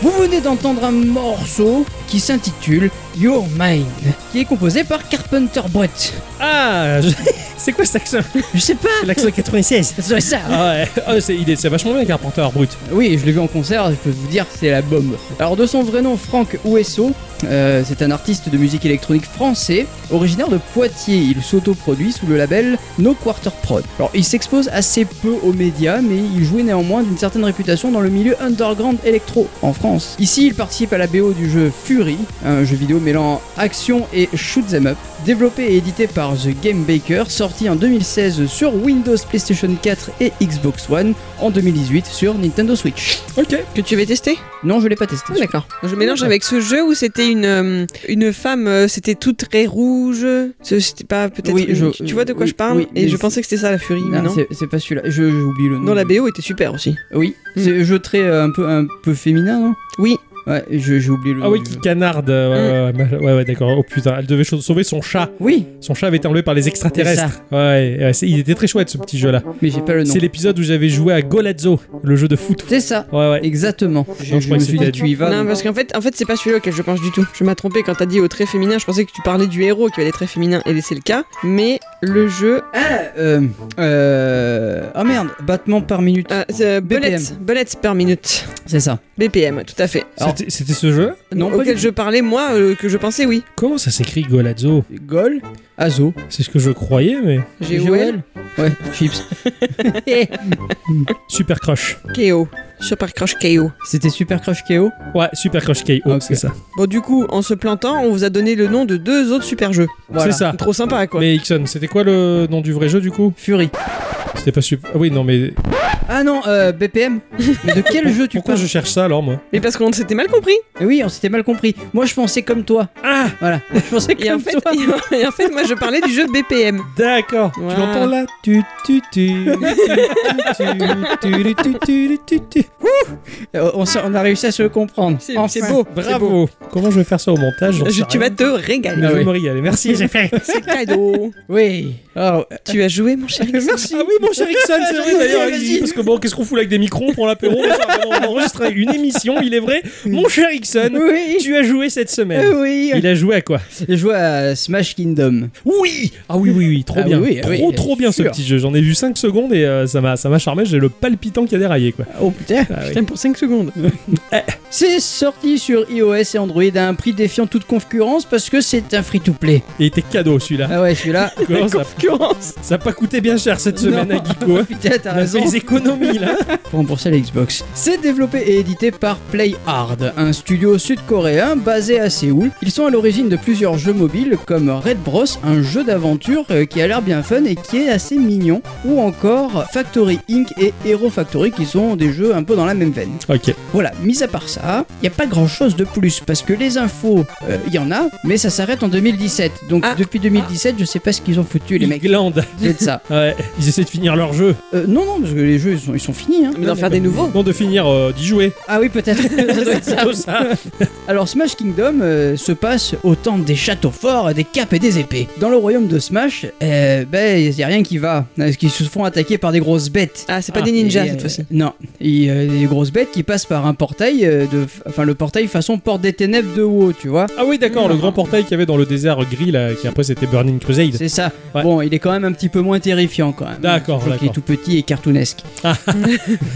Vous venez d'entendre un morceau qui s'intitule Your Mind, qui est composé par Carpenter Brett. Ah je- C'est quoi cet accent Je sais pas, L'accent 96 ça doit être ça. Ah ouais, Ah, c'est il est- c'est vachement bien Carpenter Brut. Oui, je l'ai vu en concert, je peux vous dire, c'est la bombe. Alors, de son vrai nom, Franck Ouesso, euh, c'est un artiste de musique électronique français, originaire de Poitiers. Il s'auto-produit sous le label No Quarter Prod. Alors, il s'expose assez peu aux médias, mais il jouit néanmoins d'une certaine réputation dans le milieu underground électro en France. Ici, il participe à la BO du jeu Fury, un jeu vidéo mêlant action et shoot 'em up, développé et édité par The Game Baker, sorti en 2016 sur Windows, PlayStation 4 et Xbox One, en 2018 sur Nintendo Switch. Ok. Que tu avais testé Non, je l'ai pas testé. Ah, D'accord. Je mélange avec ce jeu où c'était une, euh, une femme, euh, c'était tout très rouge. Ce- C'était pas peut-être. Oui, une- je- tu vois de quoi oui, je parle oui, mais Et je c'est- pensais que c'était ça la furie, mais Non, non. c'est- c'est pas celui-là. Je- J'ai oublié le nom. Non, la BO était super aussi. Oui, Mm. c'est un jeu très euh, un peu un peu féminin, non Oui. Ouais, je- j'ai oublié le nom. Ah oui, du qui jeu. canarde. euh, Ouais, ouais, ouais, ouais, ouais, d'accord. Oh putain, elle devait cho- sauver son chat. Oui, Son chat avait été enlevé par les extraterrestres. Ouais, ouais, c'est- il était très chouette ce petit jeu-là. mais j'ai pas le nom. C'est l'épisode où j'avais joué à Golazzo, le jeu de foot. C'est ça. Ouais, ouais. Exactement. Non, Je, je je crois me que suis c'était dit, tu y vas. non, parce qu'en fait, en fait c'est pas celui-là auquel je pense du tout. Je m'as trompé quand t'as dit au trait féminin. Je pensais que tu parlais du héros qui avait des traits féminins, et c'est le cas. Mais le jeu. Ah, euh, euh... ah merde, battement par minute. Ah, c'est, euh, bullets, bullets per minute. C'est ça. BPM, tout à fait. Alors- C'était c'était ce jeu Non, pas auquel du- je parlais, moi, euh, que je pensais, oui. Comment ça s'écrit Golazzo Gol, Azo, C'est ce que je croyais, mais. G-O-L, Ouais, chips. Super Crush. KO. Super Crush KO. C'était Super Crush KO. Ouais, Super Crush KO, Ok. c'est ça. Bon, du coup, en se plantant, on vous a donné le nom de deux autres super jeux. Voilà. C'est ça. Trop sympa, quoi. Mais Ixon, c'était quoi le nom du vrai jeu du coup Fury. C'était pas super. Ah oui, non, mais. Ah non, euh, BPM. Mais de quel jeu tu Pourquoi parles je cherche ça alors, moi Mais parce qu'on s'était mal compris. Oui, on s'était mal compris. Moi, je pensais comme toi. Ah Voilà. Je pensais comme Et en, fait, toi. et en fait, moi, je parlais du jeu BPM. D'accord. Voilà. Tu l'entends là Tu, tu, tu, tu, tu, tu, tu, tu, tu, tu, tu, tu. Euh, On, s'est- on a réussi à se comprendre. C'est- Enfin. c'est beau. C'est beau. Bravo. Comment je vais faire ça au montage J'en Je- sais tu rien. vas te régaler. Mais je Ah vais oui. me régaler. Merci, j'ai fait. C'est cadeau. Oui. Oh, tu as joué, mon cher Ixon Ah oui, mon cher Ixon, c'est vrai d'ailleurs. Vas-y. il- Parce que bon, qu'est-ce qu'on fout là avec des micros pour l'apéro On enregistre une émission, il est vrai. Mon cher Ixon, oui. tu as joué cette semaine. Oui. Il a joué à quoi Je joue à Smash Kingdom. Oui Ah oui, oui, oui, trop Ah bien. oui, oui, trop, oui, trop sûr. bien ce petit jeu. J'en ai vu 5 secondes et euh, ça m'a ça m'a charmé. J'ai le palpitant qui a déraillé, quoi. Oh putain. Eh. Ah, oui. Putain, pour 5 secondes. C'est sorti sur iOS et Android à un prix défiant toute concurrence parce que c'est un free-to-play. Et il était cadeau celui-là. Ah ouais, celui-là. Comment ça, Concurrence. ça a pas coûté bien cher cette semaine Non. à Geeko. hein. Putain, t'as On a fait raison. les économies là. Pour rembourser la Xbox. C'est développé et édité par PlayHard, un studio sud-coréen basé à Séoul. Ils sont à l'origine de plusieurs jeux mobiles comme Red Bros, un jeu d'aventure euh, qui a l'air bien fun et qui est assez mignon, ou encore Factory Inc. et Hero Factory qui sont des jeux un peu dans la même veine. Ok. Voilà, mis à part ça, il n'y a pas grand chose de plus parce que les infos, il y en a, mais ça s'arrête en 2017. Donc Ah. depuis 2017, je sais pas ce qu'ils ont foutu les Ils mecs. glandent. C'est de ça. Ouais, ils essaient de finir leur jeu. Euh, non, non, parce que les jeux ils sont, ils sont finis. hein. Mais d'en faire des nouveaux. Non, de finir euh, d'y jouer. Ah oui, peut-être. Ça doit être ça. Plutôt ça. Alors Smash Kingdom euh, se passe au temps des châteaux forts, des capes et des épées. Dans le royaume de Smash, euh, ben il y a rien qui va, parce qu'ils se font attaquer par des grosses bêtes. Ah, c'est pas Ah, des ninjas Et, cette euh, fois-ci. Non, et, euh, des grosses bêtes qui passent par un portail, euh, de, enfin le portail façon porte des ténèbres de WoW, tu vois. Ah oui, d'accord, le grand portail qu'il y avait dans le désert gris là, qui après c'était Burning Crusade. C'est ça. Ouais. Bon, il est quand même un petit peu moins terrifiant quand même. D'accord, Surtout qu'il est d'accord. tout petit et cartoonesque. Ah.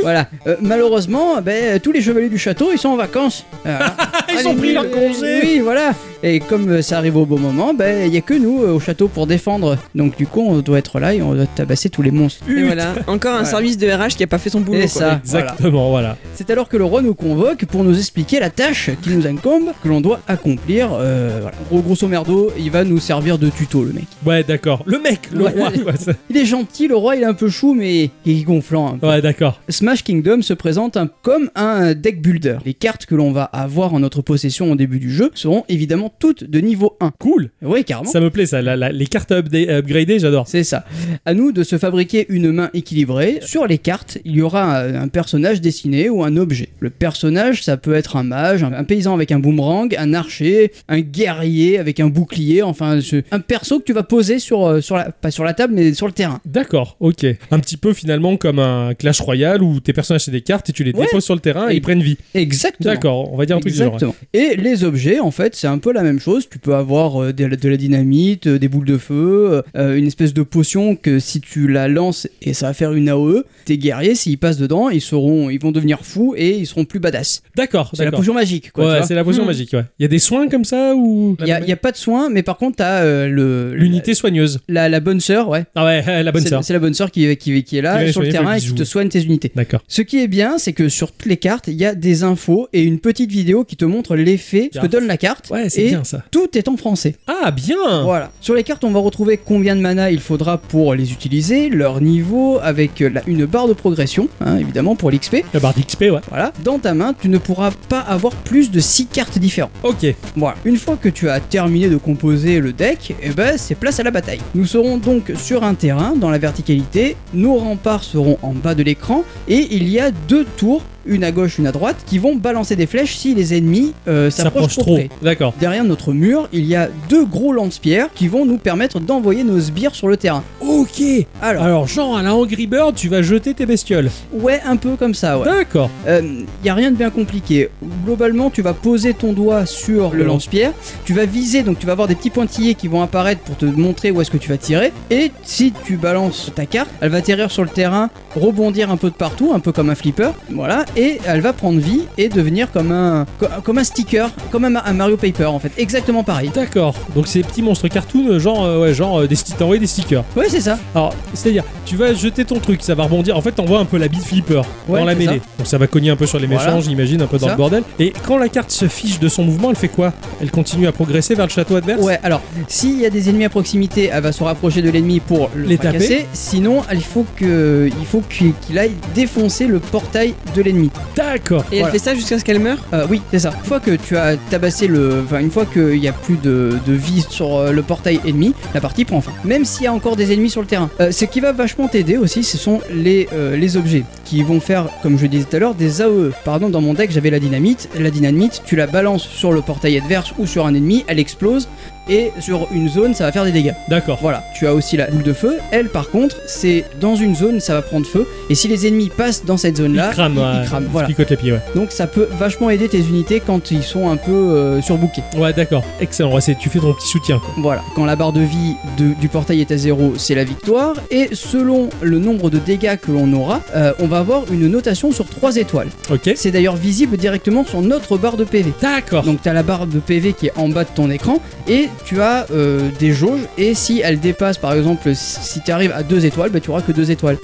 voilà. Euh, malheureusement, ben, tous les chevaliers du château, ils sont en vacances. Voilà. Ils ont pris leur Euh, congé. Oui, voilà. Et comme euh, ça arrive au bon moment, ben il y a que nous euh, au château pour défendre. Donc du coup, on doit être là et on doit tabasser tous les monstres. Et voilà, encore un Voilà. service de RH qui a pas fait son boulot. Et quoi. ça, voilà. Exactement, voilà. C'est alors que le roi nous convoque pour nous expliquer la tâche qui nous incombe, que l'on doit accomplir. euh, voilà. Gros grosso merdo, il va nous servir de tuto le mec. Ouais, d'accord. Le mec, le Ouais. roi. Ouais, ça- Il est gentil, le roi il est un peu chou mais il est gonflant. un peu. ouais, d'accord. Smash Kingdom se présente un- comme un deck builder. Les cartes que l'on va avoir en notre possession au début du jeu seront évidemment toutes de niveau 1. Cool. Oui, carrément. Ça me plaît, ça. la- la- les cartes à upda- à upgrader, j'adore. C'est ça. À nous de se fabriquer une main équilibrée. Sur les cartes, il y aura un, un personnage dessiné ou un objet. Le personnage, ça peut être un mage, un, un paysan avec un boomerang, un archer, un guerrier avec un bouclier, enfin ce- un perso que tu vas poser sur, euh, sur la, pas sur la table, mais sur le terrain. D'accord, ok. Un petit peu finalement comme un Clash Royale où tes personnages c'est des cartes et tu les Ouais. déposes sur le terrain et Et- ils prennent vie. Exactement. D'accord, on va dire un truc du genre. Exactement. Et les objets, en fait, c'est un peu la même chose. Tu peux avoir euh, de, la- de la dynamite, euh, des boules de feu, euh, une espèce de potion que si tu la lances et ça va faire une AOE, tes guerriers, s'ils passent dedans, ils seront, ils vont devenir fous et ils seront plus badass. D'accord, C'est Oh, la d'accord. potion magique, quoi. tu Ouais, vois. c'est la potion Hmm. magique, ouais. Il y a des soins comme ça ou Il y a, il y a pas de soin, mais par contre, t'as euh, le l'unité soigneuse la, la bonne sœur, ouais. Ah ouais, la bonne C'est- sœur. C'est la bonne sœur qui, qui, qui est Qui va là les sur le soigner, terrain faire et des qui te bisous. soigne tes unités. D'accord. Ce qui est bien, c'est que sur toutes les cartes, il y a des infos et une petite vidéo qui te montre l'effet ce que Carte. donne la carte. Ouais, c'est et bien ça. tout est en français. Ah bien. Voilà. Sur les cartes, on va retrouver combien de mana il faudra pour les utiliser, leur niveau, avec euh, la- une barre de progression, hein, évidemment, pour l'XP. La barre d'XP, ouais. Voilà. Dans ta main, tu ne pourras pas avoir plus de 6 cartes différentes. Ok. Voilà. Une fois que tu as terminé de composer le deck, eh ben, c'est place à la bataille. Nous serons donc sur un terrain dans la verticalité, nos remparts seront en bas de l'écran et il y a deux tours, une à gauche, une à droite, qui vont balancer des flèches si les ennemis euh, Ça s'approchent approche trop, trop. près. D'accord. Derrière notre mur, il y a deux gros lance-pierres qui vont nous permettre d'envoyer nos sbires sur le terrain. Ok. Alors, Alors genre à la Angry Bird, tu vas jeter tes bestioles. ouais, un peu comme ça, ouais. D'accord. Il n'y a rien de bien compliqué. Globalement, tu vas poser ton doigt sur le lance-pierre, tu vas viser, donc tu vas avoir des petits pointillés qui vont apparaître pour te montrer où est-ce que tu vas tirer. Et si tu balances ta carte, elle va atterrir sur le terrain, rebondir un peu de partout, un peu comme un flipper, voilà, et elle va prendre vie et devenir comme un, co- comme un sticker, comme un, Ma- un Mario Paper en fait, exactement pareil. D'accord. Donc c'est des petits monstres cartoon, euh, genre euh, ouais, genre euh, des petits t'envoies des stickers. Ouais, c'est ça. Alors, c'est-à-dire, tu vas jeter ton truc, ça va rebondir. En fait, t'envoies un peu la bite flipper Ouais, dans la c'est mêlée. ça. Donc ça va cogner un peu sur les méchants, Voilà. j'imagine, un peu dans Ça. le bordel. Et quand la carte se fiche de son mouvement, elle fait quoi Elle continue à progresser vers le château adverse Ouais, alors, s'il y a des ennemis à proximité, elle va se rapprocher de l'ennemi pour le Les fracasser. Sinon, il faut que, il faut qu'il qu'il aille défoncer le portail de l'ennemi. D'accord. Et elle Voilà. fait ça jusqu'à ce qu'elle meure Euh, oui, c'est ça. Une fois que tu as tabassé le, enfin une fois qu'il n'y a plus de, de vie sur euh, le portail ennemi, la partie prend fin. Même s'il y a encore des ennemis sur le terrain. Euh, ce qui va vachement t'aider aussi, ce sont les euh, les objets qui vont faire, comme je disais tout à l'heure, des AOE. Pardon, dans mon deck j'avais la dynamite. La dynamite, tu la balances sur le portail adverse ou sur un ennemi, elle explose. Et sur une zone, ça va faire des dégâts. D'accord. Voilà, tu as aussi la boule de feu. Elle, par contre, c'est dans une zone, ça va prendre feu. Et si les ennemis passent dans cette Il zone-là, crame, ouais, crament, il voilà. picote les pieds, ouais. donc ça peut vachement aider tes unités quand ils sont un peu euh, surbookés. Ouais, d'accord. Excellent. Ouais, c'est- tu fais ton petit soutien, quoi. Voilà, quand la barre de vie de- du portail est à zéro, c'est la victoire. Et selon le nombre de dégâts que l'on aura, euh, on va avoir une notation sur 3 étoiles. Ok. C'est d'ailleurs visible directement sur notre barre de PV. D'accord. Donc tu as la barre de PV qui est en bas de ton écran et tu as euh, des jauges et si elle dépasse par exemple si tu arrives à 2 étoiles, bah, tu auras que 2 étoiles.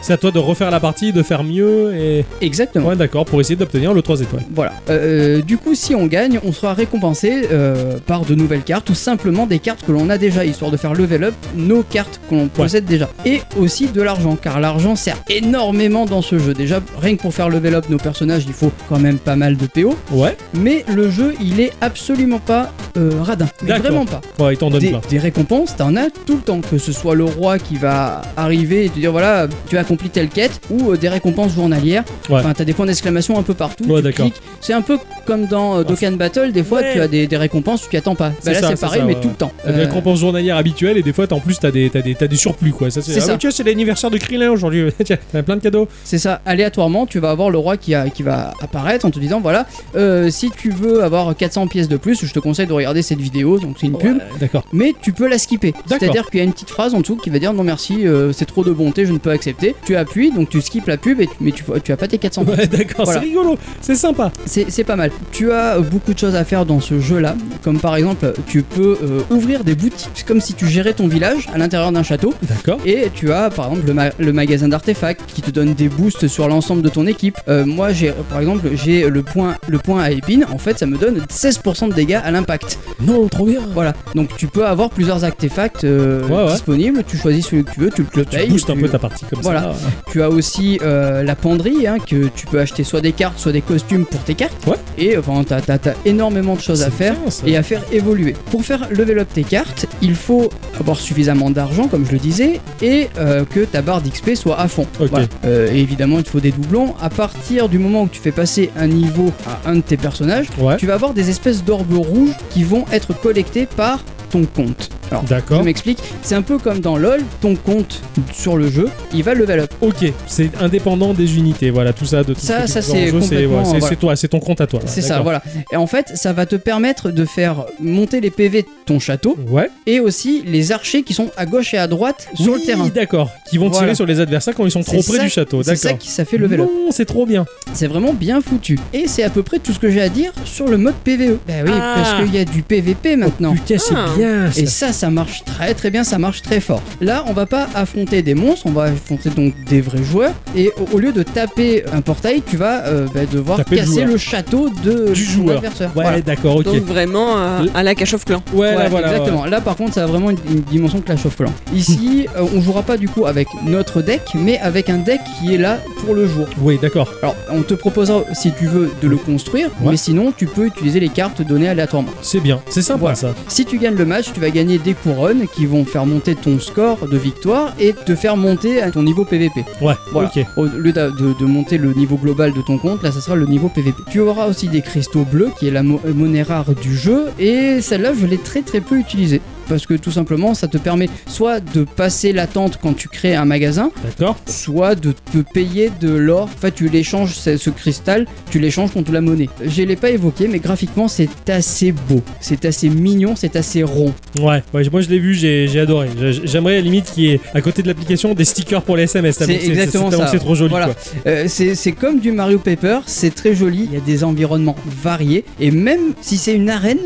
C'est à toi de refaire la partie, de faire mieux et. Exactement. Ouais, d'accord, pour essayer d'obtenir le 3 étoiles. Voilà. Euh, du coup, si on gagne, on sera récompensé euh, par de nouvelles cartes ou simplement des cartes que l'on a déjà, histoire de faire level up nos cartes que l'on possède déjà. Et aussi de l'argent, car l'argent sert énormément dans ce jeu. Déjà, rien que pour faire level up nos personnages, il faut quand même pas mal de PO. Ouais. Mais le jeu, il est absolument pas euh, radin. Mais D'accord. vraiment pas. Ouais, il t'en donne Des, plein. des récompenses, t'en as tout le temps, que ce soit le roi qui va arriver et te dire voilà, tu as accompli telle quête, ou euh, des récompenses journalières. Ouais. Enfin, t'as des points d'exclamation un peu partout. Ouais, tu d'accord. cliques. C'est un peu comme dans euh, Dokkan Battle, des fois Ouais. tu as des, des récompenses, tu attends pas. Bah C'est là ça, c'est c'est pareil, ça, mais ouais. tout le temps. T'as des Euh, récompenses journalières habituelles et des fois t'as- en plus t'as des, t'as des, t'as des surplus quoi. Ça, C'est ah ça. oui, tiens, c'est l'anniversaire de Krillin aujourd'hui. Tiens, t'as plein de cadeaux. C'est ça, aléatoirement, tu vas avoir le roi qui, a- qui va apparaître en te disant voilà, euh, si tu veux avoir 400 pièces de plus, je te conseille de regarder cette vidéo, donc c'est une pub. Ouais, D'accord. mais tu peux la skipper. D'accord. C'est-à-dire qu'il y a une petite phrase en dessous qui va dire non merci, euh, c'est trop de bonté, je ne peux accepter. Tu appuies, donc tu skippes la pub, et tu- mais tu, tu as pas tes 400 Ouais, d'accord, Voilà. c'est rigolo, c'est sympa. c'est c'est pas mal. Tu as euh, beaucoup de choses à faire dans ce jeu-là, comme par exemple, tu peux euh, ouvrir des boutiques, C'est comme si tu gérais ton village à l'intérieur d'un château, D'accord. et tu as par exemple le, ma- le magasin d'artefacts qui te donne donne des boosts sur l'ensemble de ton équipe. Euh, moi, j'ai par exemple, j'ai le point, le point à épines. En fait, ça me donne 16% de dégâts à l'impact. Non, trop bien. Voilà. Donc, tu peux avoir plusieurs artefacts euh, Ouais, ouais. disponibles. Tu choisis celui que tu veux, tu le Tu payes. boostes un tu- peu ta partie comme Bah, Voilà. ça. tu as aussi euh, la penderie, hein, que tu peux acheter soit des cartes, soit des costumes pour tes cartes. Ouais. Et euh, enfin, t'as, t'as- t'as énormément de choses à C'est faire bien, ça. et à faire évoluer. Pour faire level up tes cartes, il faut avoir suffisamment d'argent, comme je le disais, et euh, que ta barre d'XP soit à fond. Ok. Euh, et évidemment, il te faut des doublons. À partir du moment où tu fais passer un niveau à un de tes personnages, Ouais. tu vas avoir des espèces d'orbes rouges qui vont être collectées par ton compte. Alors, je D'accord. m'explique, c'est un peu comme dans LoL, ton compte sur le jeu, il va level up. Ok, c'est indépendant des unités, voilà, tout ça, de tout Ça, ce que ça, tu fais c'est en jeu, c'est complètement, ouais, c'est- voilà. c'est toi, c'est ton compte à toi. C'est ça, d'accord. voilà. Et en fait, ça va te permettre de faire monter les PV de ton château Ouais. et aussi les archers qui sont à gauche et à droite sur Oui, le terrain. D'accord, qui vont Voilà. tirer sur les adversaires quand ils sont trop C'est près ça- du château, C'est ça d'accord. qui ça fait level up. Non, c'est trop bien. C'est vraiment bien foutu. Et c'est à peu près tout ce que j'ai à dire sur le mode PVE. Bah oui, Ah. parce qu'il y a du PVP maintenant. Putain, Ah. c'est bien. Et ça. ça, ça marche très très bien, ça marche très fort. Là, on va pas affronter des monstres, on va affronter donc des vrais joueurs. Et au- au lieu de taper un portail, tu vas euh, bah, devoir Taper le casser joueur. le, château de Du ton joueur. adversaire. Ouais, Voilà. d'accord, ok. Donc vraiment à, Le- à la Clash of Clans. ouais, Ouais, là, voilà. exactement. Là, par contre, ça a vraiment une, une dimension Clash of Clans. Ici, euh, on jouera pas du coup avec notre deck, mais avec un deck qui est là pour le jour. ouais. Oui, d'accord. Alors, on te proposera, si tu veux, de le construire, Ouais. mais sinon, tu peux utiliser les cartes données aléatoirement. C'est bien. C'est sympa Voilà. ça. Si tu gagnes le match, tu vas gagner des couronnes qui vont faire monter ton score de victoire et te faire monter à ton niveau PVP. Ouais. Voilà. Ok. Au lieu d'a- de, de monter le niveau global de ton compte, là, ça sera le niveau PVP. Tu auras aussi des cristaux bleus, qui est la mo- euh, monnaie rare du jeu, et celle-là, je l'ai très très peu utilisée. Parce que tout simplement, ça te permet soit de passer l'attente quand tu crées un magasin, D'accord. soit de te payer de l'or. Enfin, tu l'échanges, ce, ce cristal, tu l'échanges contre la monnaie. Je l'ai pas évoqué, mais graphiquement, c'est assez beau. C'est assez mignon, c'est assez rond. Ouais. ouais, Moi, je l'ai vu, j'ai j'ai adoré. J'ai- J'aimerais à la limite qu'il y ait à côté de l'application des stickers pour les SMS. tellement C'est que c'est- exactement tellement ça. que C'est trop joli. Voilà. quoi. Euh, c'est c'est comme du Mario Paper, c'est très joli, il y a des environnements variés, et même si c'est une arène,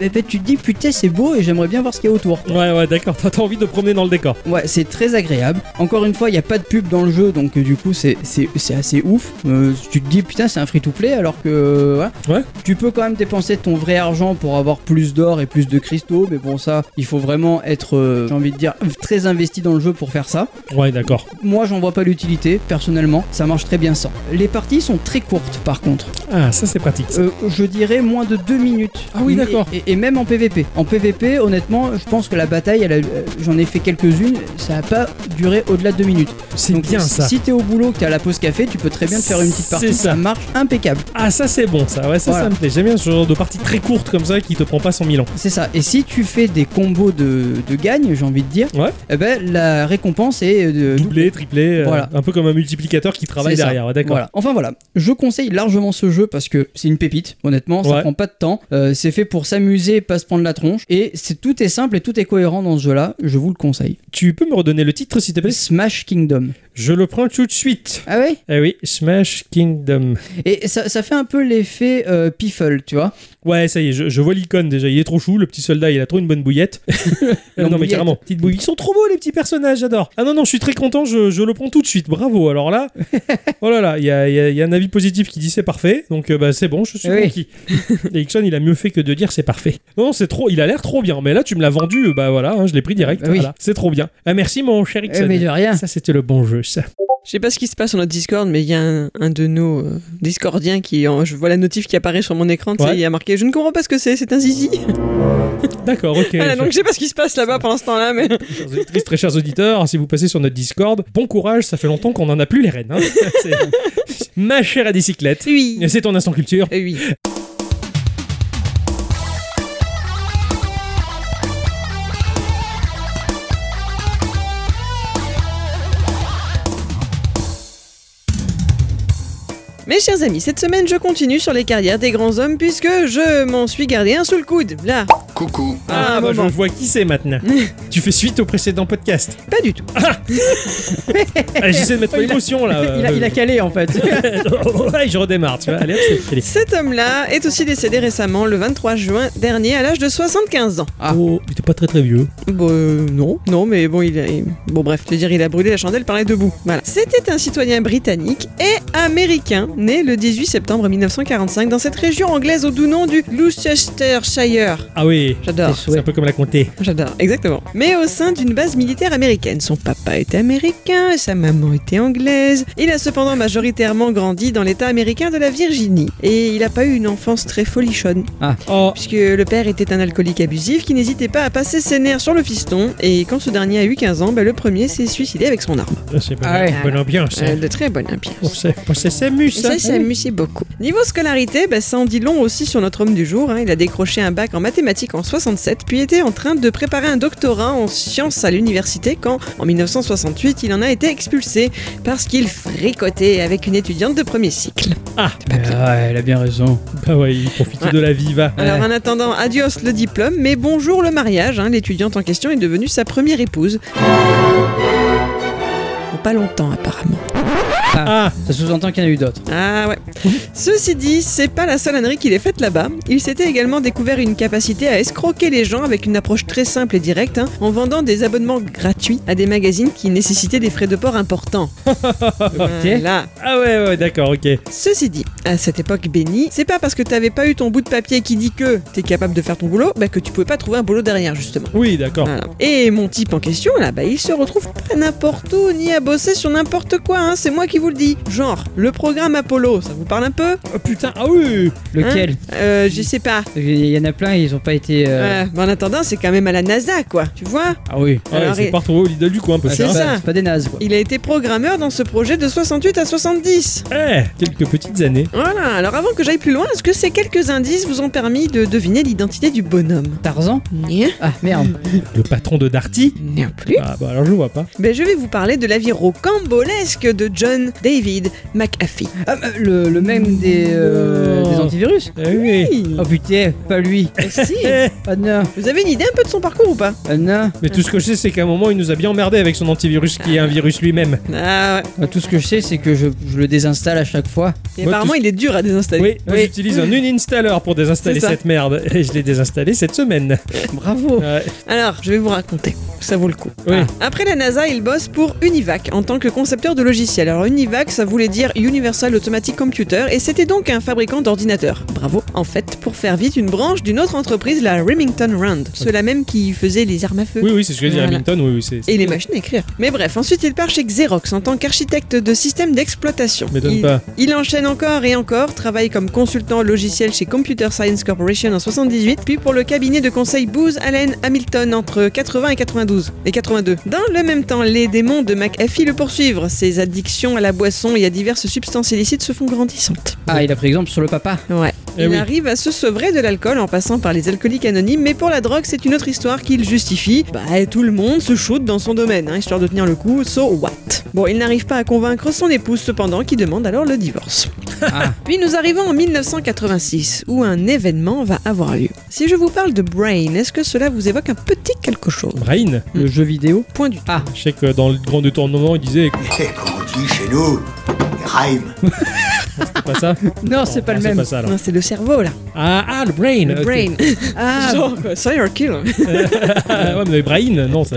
eh ben, tu te dis putain c'est beau et j'aimerais bien voir ce qu'il y a autour. Ouais, ouais, d'accord. T'as t'as envie de promener dans le décor. Ouais, c'est très agréable. Encore une fois, il n'y a pas de pub dans le jeu, donc euh, du coup c'est c'est- c'est assez ouf. Euh, tu te dis putain c'est un free-to-play alors que... euh, voilà. Ouais. Tu peux quand même dépenser ton vrai argent pour avoir plus d'or et plus de cristaux, mais bon ça, il faut vraiment être, euh, j'ai envie de dire, très investi dans le jeu pour faire ça. Ouais, d'accord. Moi, j'en vois pas l'utilité, personnellement, ça marche très bien sans. Les parties sont très courtes par contre. Ah, ça, c'est pratique. ça. Euh, je dirais moins de 2 minutes. Ah oui, d'accord. Et, et même en PVP. En PVP, honnêtement, je pense que la bataille, elle a- euh, j'en ai fait quelques-unes, ça a pas duré au-delà de 2 minutes. C'est Donc, bien si- ça. Si t'es au boulot, que t'es à la pause café, tu peux très bien te faire une petite partie. C'est ça. marche impeccable. Ah, ça, c'est bon, ça. Ouais, ça, ça Voilà. me plaît. J'aime bien ce genre de partie très courte comme ça qui te prend pas 100 000 ans. C'est ça. Et si tu fais des combos de, de gagne, j'ai envie de dire, Ouais. eh ben, la récompense est euh, de Doublé, triplé, euh, Voilà. un peu comme un multiplicateur qui travaille C'est ça. derrière. Ouais, d'accord. Voilà. Enfin voilà, je conseille largement ce jeu parce que c'est une pépite, honnêtement, ça Ouais. prend pas de temps, Euh, c'est fait pour s'amuser, pas se prendre la tronche, et c'est tout est simple et tout est cohérent dans ce jeu-là, je vous le conseille. Tu peux me redonner le titre, s'il te plaît Smash Kingdom. Je le prends tout de suite. Ah ouais Ah oui, Smash Kingdom. Et ça, ça fait un peu l'effet euh, Piffle, tu vois Ouais, ça y est, je, je vois l'icône déjà. Il est trop chou, le petit soldat, il a trop une bonne bouillette. Longue non, mais bouillette. carrément. Petite bouille. Ils sont trop beaux, les petits personnages, j'adore. Ah non, non, je suis très content, je, je le prends tout de suite. Bravo. Alors là, oh là là, il y a, il y a- il y a un avis positif qui dit c'est parfait. Donc euh, bah, c'est bon, je suis Oui. conquis. Et Ixon, il a mieux fait que de dire c'est parfait. Non, non, c'est trop, il a l'air trop bien. Mais là, tu me l'as vendu, euh, bah voilà, hein, je l'ai pris direct. Bah oui. Voilà, c'est trop bien. Ah, merci, mon cher Eh, Ixon. Mais de rien. Ça, c'était le bon jeu, ça. Je sais pas ce qui se passe sur notre Discord, mais il y a un, un de nos euh, Discordiens qui, en- je vois la notif qui apparaît sur mon écran, tu sais, Ouais. il y a marqué je ne comprends pas ce que c'est, c'est un zizi. D'accord, ok. Ah, Voilà, donc Ah, je sais pas ce qui se passe là-bas pendant ce temps-là, mais Chers auditrices, très chers auditeurs, si vous passez sur notre Discord, bon courage, ça fait longtemps qu'on n'en a plus les rênes. hein. C'est- Ma chère à bicyclette, oui. c'est ton instant culture. Eh oui. Mes chers amis, cette semaine je continue sur les carrières des grands hommes puisque je m'en suis gardé un sous le coude. Là, Coucou. Ah, Ah, bah, je maman. vois qui c'est maintenant. tu fais suite au précédent podcast. pas du tout. Allez, j'essaie de mettre Il a- l'émotion là. euh. Il a, il a calé en fait. Oh, Ouais, je redémarre, tu vois. Allez, hop, c'est- allez. Cet homme-là est aussi décédé récemment, le 23 juin dernier, à l'âge de 75 ans. Ah. Oh, il était pas très très vieux. Bon, euh, non, non, mais bon, il a, il- bon bref, je veux dire, il a brûlé la chandelle par les deux bouts. Voilà. C'était un citoyen britannique et américain, né le 18 septembre 1945 dans cette région anglaise au doux nom du Gloucestershire. Ah oui. J'adore. C'est un peu comme la comté. J'adore, exactement. Mais au sein d'une base militaire américaine. Son papa était américain et sa maman était anglaise. Il a cependant majoritairement grandi dans l'État américain de la Virginie. Et il n'a pas eu une enfance très folichonne, Oh, puisque le père était un alcoolique abusif qui n'hésitait pas à passer ses nerfs sur le fiston. Et quand ce dernier a eu 15 ans, bah, le premier s'est suicidé avec son arme. c'est bonne, Ah ouais. bonne ambiance. Euh, hein. de très bonne ambiance. Pour ça, pour hein. ça s'amuse, Et ça. ça, ça m'amusait beaucoup. Niveau scolarité, bah, ça en dit long aussi sur notre homme du jour. hein. Il a décroché un bac en mathématiques en 67, puis était en train de préparer un doctorat en sciences à l'université quand, en 1968, il en a été expulsé parce qu'il fricotait avec une étudiante de premier cycle. Ah, Ah, elle a bien raison. bah ouais, il profitait de la vie, va. Alors, Ouais. en attendant, adios le diplôme, mais bonjour le mariage. hein. L'étudiante en question est devenue sa première épouse. Pour Pas longtemps, apparemment. Ah, Ça sous-entend qu'il y en a eu d'autres. Ah ouais. Ceci dit, c'est pas la seule ânerie qu'il est faite là-bas. Il s'était également découvert une capacité à escroquer les gens avec une approche très simple et directe, hein, en vendant des abonnements gratuits à des magazines qui nécessitaient des frais de port importants. Voilà. ah ouais, ouais, d'accord, ok. Ceci dit, à cette époque bénie, c'est pas parce que t'avais pas eu ton bout de papier qui dit que t'es capable de faire ton boulot, bah que tu pouvais pas trouver un boulot derrière justement. Oui, d'accord. Voilà. Ah. Et mon type en question, là, bah, il se retrouve pas n'importe où, ni à bosser sur n'importe quoi, hein, c'est moi qui vous le dis. Genre, le programme Apollo, ça vous parle un peu Oh, putain, ah oui Lequel Euh, je sais pas. Il y en a plein, ils ont pas été. euh, Ouais, mais en attendant, c'est quand même à la NASA, quoi. Tu vois Ah oui. Ouais, Alors, c'est et- pas retrouvé au Lidl du coin, hein. un peu Ah, cher. c'est ça. pas- C'est pas des nazes quoi. Il a été programmeur dans ce projet de 68 à 70. Eh, quelques petites années. Voilà, alors avant que j'aille plus loin, est-ce que ces quelques indices vous ont permis de deviner l'identité du bonhomme Tarzan Ah merde. Le patron de Darty Non plus. Ah bah alors je vois pas. Ben, je vais vous parler de la vie rocambolesque de John David McAfee. Ah, euh, le, le même des, euh, Oh. des antivirus Ah oui. Oh putain, pas lui. Si. Eh, Ah non, Vous avez une idée un peu de son parcours ou pas ah non. mais tout ce que je sais, c'est qu'à un moment, il nous a bien emmerdé avec son antivirus qui est un virus lui-même. Ah ouais. Ah, Tout ce que je sais, c'est que je, je le désinstalle à chaque fois. Et Ouais, apparemment, tout- il est dur à désinstaller. Oui, moi j'utilise un uninstaller pour désinstaller C'est ça. cette merde. Et je l'ai désinstallé cette semaine. Bravo. Ouais. Alors, je vais vous raconter. Ça vaut le coup. Oui. Après la NASA, il bosse pour Univac en tant que concepteur de logiciels. Alors Univac, ça voulait dire Universal Automatic Computer et c'était donc un fabricant d'ordinateurs. Bravo. En fait, pour faire vite, une branche d'une autre entreprise, la Remington Rand, ceux-là même qui faisaient les armes à feu. oui, oui, c'est ce que je dis, Voilà. Hamilton, oui, oui, c'est. Et les machines à écrire. Mais bref, ensuite il part chez Xerox en tant qu'architecte de système d'exploitation. M'étonne il, pas. il enchaîne encore et encore, travaille comme consultant logiciel chez Computer Science Corporation en 78, puis pour le cabinet de conseil Booz Allen Hamilton entre 80 et 92 et 82. Dans le même temps, les démons de McAfee le poursuivent. Ses addictions à la boisson et à diverses substances illicites se font grandissantes. Ah, il a pris exemple sur le papa. Ouais. Eh il oui. arrive à se sevrer de l'alcool en passant par les alcooliques anonymes, mais pour la drogue, c'est une autre histoire qu'il justifie. Bah, tout le monde se shoot dans son domaine, hein, histoire de tenir le coup, so what Bon, il n'arrive pas à convaincre son épouse, cependant, qui demande alors le divorce. Ah. Puis nous arrivons en 1986, où un événement va avoir lieu. Si je vous parle de Brain, est-ce que cela vous évoque un petit quelque chose Brain. Le jeu vidéo Point du Ah. Je sais que dans le grand détournement, il disait Tu sais, comme on dit chez nous, rime. pas ça. Non, c'est pas Ah, le même. pas ça, alors. Non, c'est le cerveau là. Ah, ah, le brain. Le ok. brain. Ah, genre, euh, serial killer. Ah, ouais, mais brain, non, ça.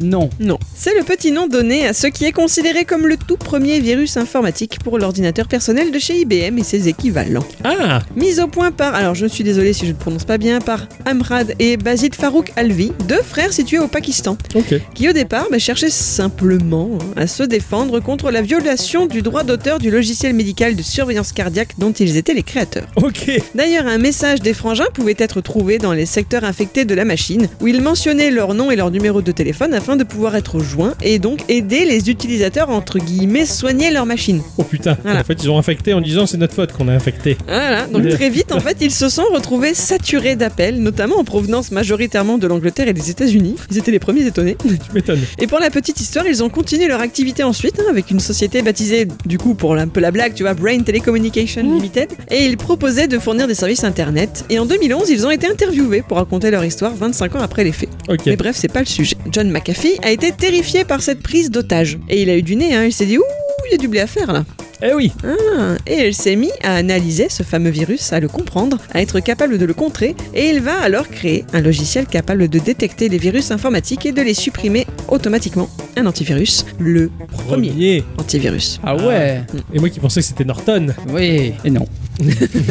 Non. Non. C'est le petit nom donné à ce qui est considéré comme le tout premier virus informatique pour l'ordinateur personnel de chez IBM et ses équivalents. Ah, Mis au point par, alors je suis désolé si je ne prononce pas bien, par Amrad et Basil Farouk Alvi, deux frères situés au Pakistan, ok. qui au départ bah, cherchaient simplement hein, à se défendre contre la violation du droit d'auteur du logiciel médical de surveillance cardiaque dont ils étaient les créateurs. Ok. D'ailleurs, un message des frangins pouvait être trouvé dans les secteurs infectés de la machine, où ils mentionnaient leur nom et leur numéro de téléphone afin de pouvoir être joints et donc aider les utilisateurs, entre guillemets, soigner leur machine. Oh putain. Voilà. En fait, ils ont infecté en disant c'est notre faute qu'on a infecté. Voilà, donc très vite, en fait, ils se sont retrouvés saturés d'appels, notamment en provenance majoritairement de l'Angleterre et des États-Unis. Ils étaient les premiers étonnés. Tu m'étonnes. Et pour la petite histoire, ils ont continué leur activité ensuite, hein, avec une société baptisée, du coup, pour un peu la blague, tu vois, Brain Telecommunication Limited. Et ils proposaient de fournir des services internet. Et en 2011, ils ont été interviewés pour raconter leur histoire 25 ans après les faits. Ok. Mais bref, c'est pas le sujet. John McAfee a été terrifié par cette prise d'otage. Et il a eu du nez, hein. il s'est dit Ouh, il y a du blé à faire là. Eh oui. Ah, et il s'est mis à analyser ce fameux virus, à le comprendre, à être capable de le contrer, et il va alors créer un logiciel capable de détecter les virus informatiques et de les supprimer automatiquement. Un antivirus, le premier Premier. antivirus. Ah ouais Et moi qui pensais que c'était Norton. Oui, et non.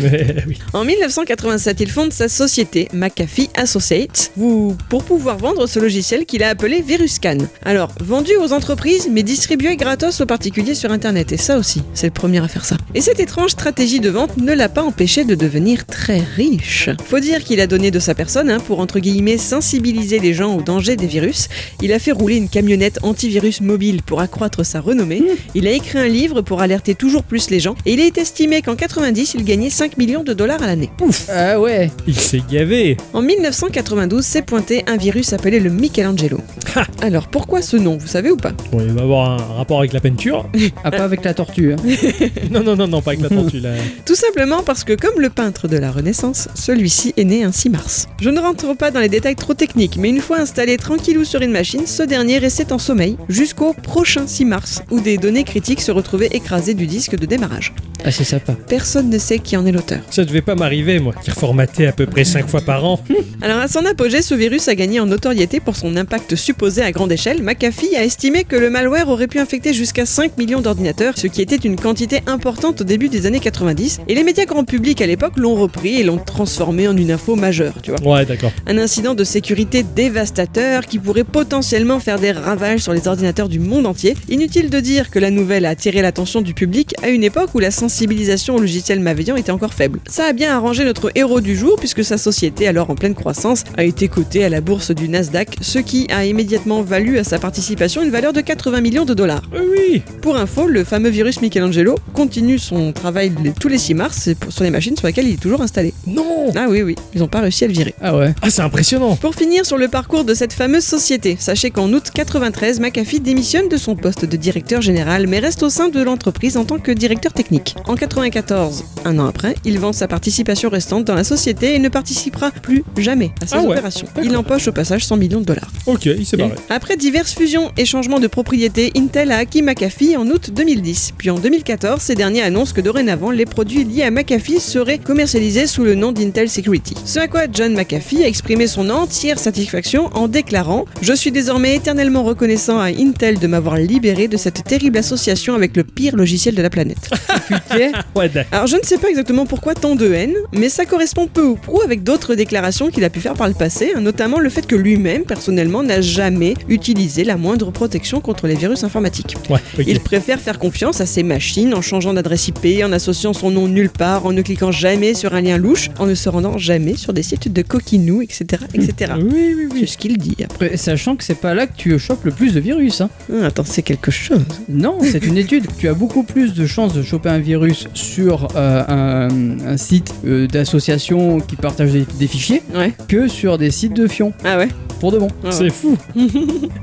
Mais oui. En 1987, il fonde sa société McAfee Associates vous- pour pouvoir vendre ce logiciel qu'il a appelé VirusCan. Alors, vendu aux entreprises mais distribué gratos aux particuliers sur internet et ça aussi, c'est le premier à faire ça. Et cette étrange stratégie de vente ne l'a pas empêché de devenir très riche. Faut dire qu'il a donné de sa personne hein, pour entre guillemets sensibiliser les gens au danger des virus. Il a fait rouler une camionnette antivirus mobile pour accroître sa renommée. Il a écrit un livre pour alerter toujours plus les gens et il est estimé qu'en 90, il gagnait 5 millions de dollars à l'année. Ah ouais Il s'est gavé. En 1992, s'est pointé un virus appelé le Michelangelo. Ha Alors pourquoi ce nom, vous savez ou pas Bon, il va avoir un rapport avec la peinture. Ah, pas avec la tortue. hein. non, non, non, non, pas avec la tortue là. Tout simplement parce que comme le peintre de la Renaissance, celui-ci est né un 6 mars. Je ne rentre pas dans les détails trop techniques, mais une fois installé tranquillou sur une machine, ce dernier restait en sommeil jusqu'au prochain 6 mars, où des données critiques se retrouvaient écrasées du disque de démarrage. Ah, c'est sympa. Personne ne sait qui en est l'auteur. Ça devait pas m'arriver, moi, qui reformatais à peu près 5 fois par an. Alors à son apogée, ce virus a gagné en notoriété pour son impact supposé à grande échelle. McAfee a estimé que le malware aurait pu infecter jusqu'à 5 millions d'ordinateurs, ce qui était une quantité importante au début des années 90. Et les médias grand public à l'époque l'ont repris et l'ont transformé en une info majeure, tu vois. Ouais, d'accord. Un incident de sécurité dévastateur qui pourrait potentiellement faire des ravages sur les ordinateurs du monde entier. Inutile de dire que la nouvelle a attiré l'attention du public à une époque où la sensibilisation au logiciel malveillant était encore faible. Ça a bien arrangé notre héros du jour puisque sa société, alors en pleine croissance, a été cotée à la bourse du Nasdaq, ce qui a immédiatement valu à sa participation une valeur de 80 millions de dollars. Oui, oui. Pour info, le fameux virus Michelangelo continue son travail les- tous les 6 mars sur les machines sur lesquelles il est toujours installé. Non Ah oui, oui, ils n'ont pas réussi à le virer. Ah ouais. Ah, c'est impressionnant. Pour finir sur le parcours de cette fameuse société, sachez qu'en août 93, McAfee démissionne de son poste de directeur général mais reste au sein de l'entreprise en tant que directeur technique. En 94, un an après, il vend sa participation restante dans la société et ne participera plus jamais à ses Ah ouais, opérations. Il empoche au passage 100 millions de dollars. Ok, il s'est barré. Après diverses fusions et changements de propriété, Intel a acquis McAfee en août 2010. Puis en 2014, ces derniers annoncent que dorénavant, les produits liés à McAfee seraient commercialisés sous le nom d'Intel Security. Ce à quoi John McAfee a exprimé son entière satisfaction en déclarant « Je suis désormais éternellement reconnaissant à Intel de m'avoir libéré de cette terrible association avec le pire logiciel de la planète. » Ouais, d'accord. Alors je ne sais pas exactement pourquoi tant de haine, mais ça correspond peu ou prou avec d'autres déclarations qu'il a pu faire par le passé, hein, notamment le fait que lui-même, personnellement, n'a jamais utilisé la moindre protection contre les virus informatiques. Ouais, ok. Il préfère faire confiance à ses machines en changeant d'adresse IP, en associant son nom nulle part, en ne cliquant jamais sur un lien louche, en ne se rendant jamais sur des sites de coquinous, etc. etc. Oui, oui, C'est oui. ce qu'il dit. Après, Sachant que c'est pas là que tu chopes le plus de virus. Hein. Ah, attends, c'est quelque chose. Non, c'est une étude. Tu as beaucoup plus de chances de choper un virus sur euh, un, un site euh, d'association qui partage des, des fichiers Ouais. que sur des sites de fion, Ah ouais. pour de bon. Ah ouais. C'est fou.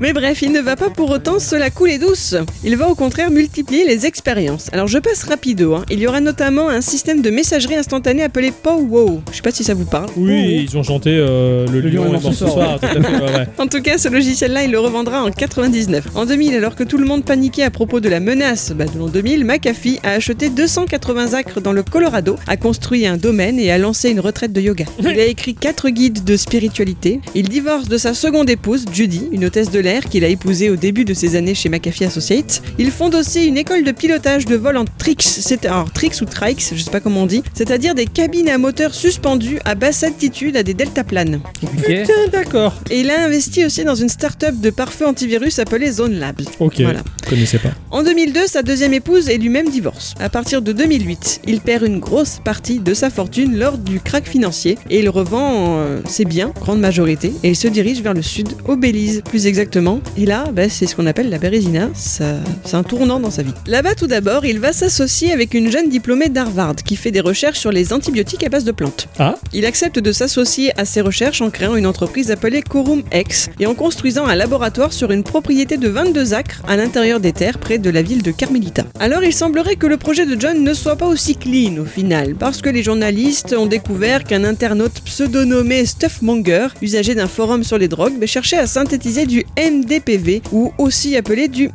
Mais bref, il ne va pas pour autant cela couler douce. Il va au contraire multiplier les expériences. Alors je passe rapido. hein. Il y aura notamment un système de messagerie instantanée appelé PowWow. Je sais pas si ça vous parle. Oui, ils ont chanté euh, le, lion, est mort ce soir. Tout à fait, ouais, ouais. En tout cas, ce logiciel-là, il le revendra en 99. En 2000, alors que tout le monde paniquait à propos de la menace bah, de l'an 2000, McAfee a acheté 280 acres dans le Colorado, a construit un domaine et a lancé une retraite de yoga. Il a écrit quatre guides de spiritualité. Il divorce de sa seconde épouse, Judy, une hôtesse de l'air qu'il a épousée au début de ses années chez McAfee Associates. Il fonde aussi une école de pilotage de vol en trix, c'est alors trix ou trikes, je sais pas comment on dit, c'est-à-dire des cabines à moteur suspendues à basse altitude à des deltaplanes. Ok. Putain, d'accord. Et il a investi aussi dans une start-up de pare-feu antivirus appelée Zone Labs. Ok, Voilà. je connaissais pas. En 2002, sa deuxième épouse est lui-même divorce. À partir de 2008, il perd une grosse partie de sa fortune lors du krach financier et il revend euh, ses biens, grande majorité, et il se dirige vers le sud, au Belize plus exactement. Et là, bah, c'est ce qu'on appelle la Bérésina, ça- c'est un tournant dans sa vie. Là-bas, tout d'abord, il va s'associer avec une jeune diplômée d'Harvard qui fait des recherches sur les antibiotiques à base de plantes. Ah, Il accepte de s'associer à ses recherches en créant une entreprise appelée Corum X et en construisant un laboratoire sur une propriété de 22 acres à l'intérieur cœur des terres près de la ville de Carmelita. Alors il semblerait que le projet de John ne soit pas aussi clean au final, parce que les journalistes ont découvert qu'un internaute pseudonommé Stuffmonger, usager d'un forum sur les drogues, bah, cherchait à synthétiser du MDPV, ou aussi appelé du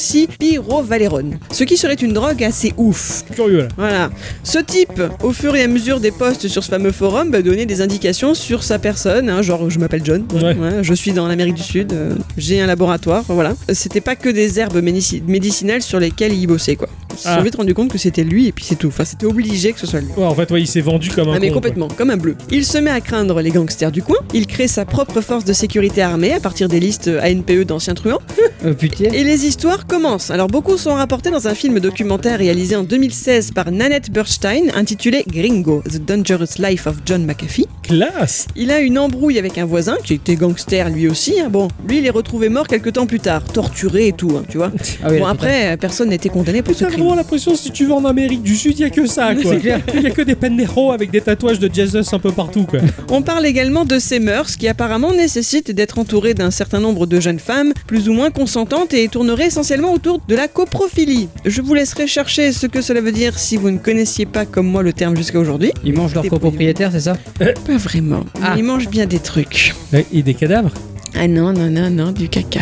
méthylène-dioxypyrovalérone, ce qui serait une drogue assez ouf. Curieux là. Voilà. Ce type, au fur et à mesure des posts sur ce fameux forum, bah, donnait des indications sur sa personne, hein, genre je m'appelle John, Ouais. Ouais, je suis dans l'Amérique du Sud, euh, j'ai un laboratoire, voilà. C'était pas que des herbes médici- médicinales sur lesquelles il bossait quoi. Ils se Ah. sont vite rendu compte que c'était lui et puis c'est tout. Enfin, c'était obligé que ce soit lui. Ouais, en fait, ouais, il s'est vendu comme un. Ah mais con, quoi. complètement, comme un bleu. Il se met à craindre les gangsters du coin, il crée sa propre force de sécurité armée à partir des listes ANPE E d'anciens truands, Euh, putain. et les histoires commencent. Alors beaucoup sont rapportées dans un film documentaire réalisé en 2016 par Nanette Burstein intitulé Gringo, The Dangerous Life of John McAfee. Classe Il a une embrouille avec un voisin qui était gangster lui aussi. hein. Bon, lui il est retrouvé mort quelques temps plus tard, torturé et tout, hein, tu vois. Ah oui, bon la putain. après, personne n'était condamné pour ce Putain, crime. vraiment l'impression, si tu vas en Amérique du Sud, il y a que ça, Oui, quoi. c'est clair. Il y a que des panderos avec des tatouages de Jesus un peu partout, quoi. On parle également de ses mœurs qui apparemment nécessitent d'être entouré d'un certain nombre de jeunes femmes, plus ou moins consentantes et tourneraient essentiellement autour de la coprophilie. Je vous laisserai chercher ce que cela veut dire si vous ne connaissiez pas comme moi le terme jusqu'à aujourd'hui. Ils mangent leurs Des copropriétaires, c'est ça Pas vraiment. Ah. Il mange bien des trucs. Et des cadavres Ah non, non, non, non, du caca.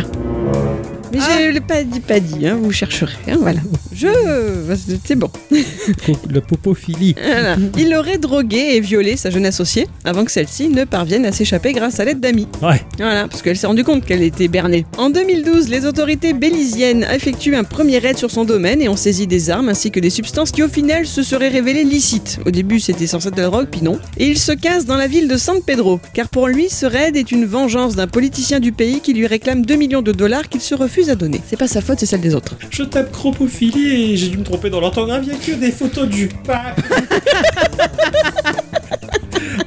Mais je l'ai pas dit, pas dit, hein, vous chercherez, hein, voilà. Je. C'est bon. La popophilie. Voilà. Il aurait drogué et violé sa jeune associée avant que celle-ci ne parvienne à s'échapper grâce à l'aide d'amis. Ouais. Voilà, parce qu'elle s'est rendue compte qu'elle était bernée. En 2012, les autorités bélisiennes effectuent un premier raid sur son domaine et ont saisi des armes ainsi que des substances qui au final se seraient révélées licites. Au début, c'était censé être de la drogue, puis non. Et il se casse dans la ville de San Pedro, car pour lui, ce raid est une vengeance d'un politicien du pays qui lui réclame 2 millions de dollars qu'il se refuse à donner. C'est pas sa faute, c'est celle des autres. Je tape cropophilie et j'ai dû me tromper dans l'orthographe, il y a que des photos du pape.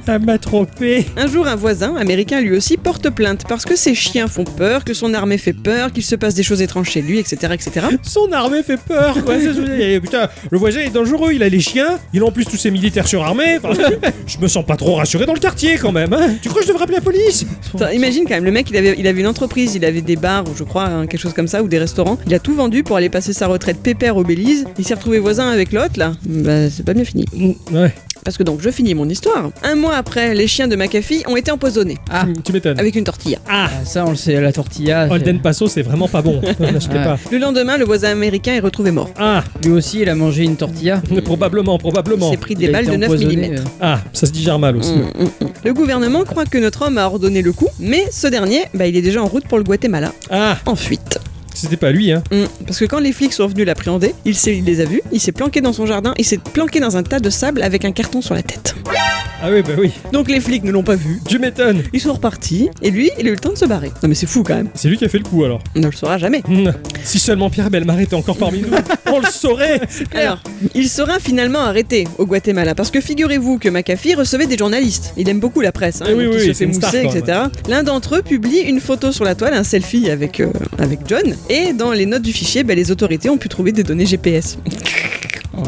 Ça m'a trompé. Un jour, un voisin, américain lui aussi, porte plainte parce que ses chiens font peur, que son armée fait peur, qu'il se passe des choses étranges chez lui, etc. etc. Son armée fait peur, quoi. C'est ce que je veux dire. Et Putain, le voisin est dangereux, il a les chiens, il a en plus tous ses militaires surarmés. Enfin, je me sens pas trop rassuré dans le quartier quand même. hein. Tu crois que je devrais appeler la police Attends, imagine quand même, le mec, il avait, il avait une entreprise, il avait des bars, ou je crois, hein, quelque chose comme ça, ou des restaurants. Il a tout vendu pour aller passer sa retraite pépère au Belize. Il s'est retrouvé voisin avec l'autre, là. Bah, c'est pas bien fini. Ouais, Parce que donc, je finis mon histoire. Un mois après, les chiens de McAfee ont été empoisonnés Ah. tu m'étonnes. avec une tortilla. Ah, ça, on le sait, la tortilla. c'est- Holden Paso, c'est vraiment pas bon. N'achetez Ouais. pas. Le lendemain, le voisin américain est retrouvé mort. Ah, Lui aussi, il a mangé une tortilla. probablement, Il probablement. s'est pris des Il a balles été de 9 empoisonné, mm. euh. Ah, ça se digère mal aussi. Mm, mm, mm. Le gouvernement croit que notre homme a ordonné le coup, mais ce dernier, bah, il est déjà en route pour le Guatemala, Ah, en fuite. c'était pas lui, hein. Mm. Parce que quand les flics sont venus l'appréhender, il, s'est- il les a vus, il s'est planqué dans son jardin, il s'est planqué dans un tas de sable avec un carton sur la tête. Ah oui, bah oui. Donc les flics ne l'ont pas vu, Tu m'étonnes. ils sont repartis, et lui, il a eu le temps de se barrer. Non mais c'est fou quand même, C'est lui qui a fait le coup alors. on ne le saura jamais. Hmm. Si seulement Pierre Belmar était encore parmi nous, on le saurait. Alors, il sera finalement arrêté au Guatemala parce que figurez-vous que McAfee recevait des journalistes. Il aime beaucoup la presse, hein, Eh oui, donc oui, oui, il se fait c'est une star, mousser, quand même. etc. L'un d'entre eux publie une photo sur la toile, un selfie avec, euh, avec John, et dans les notes du fichier, bah, les autorités ont pu trouver des données GPS.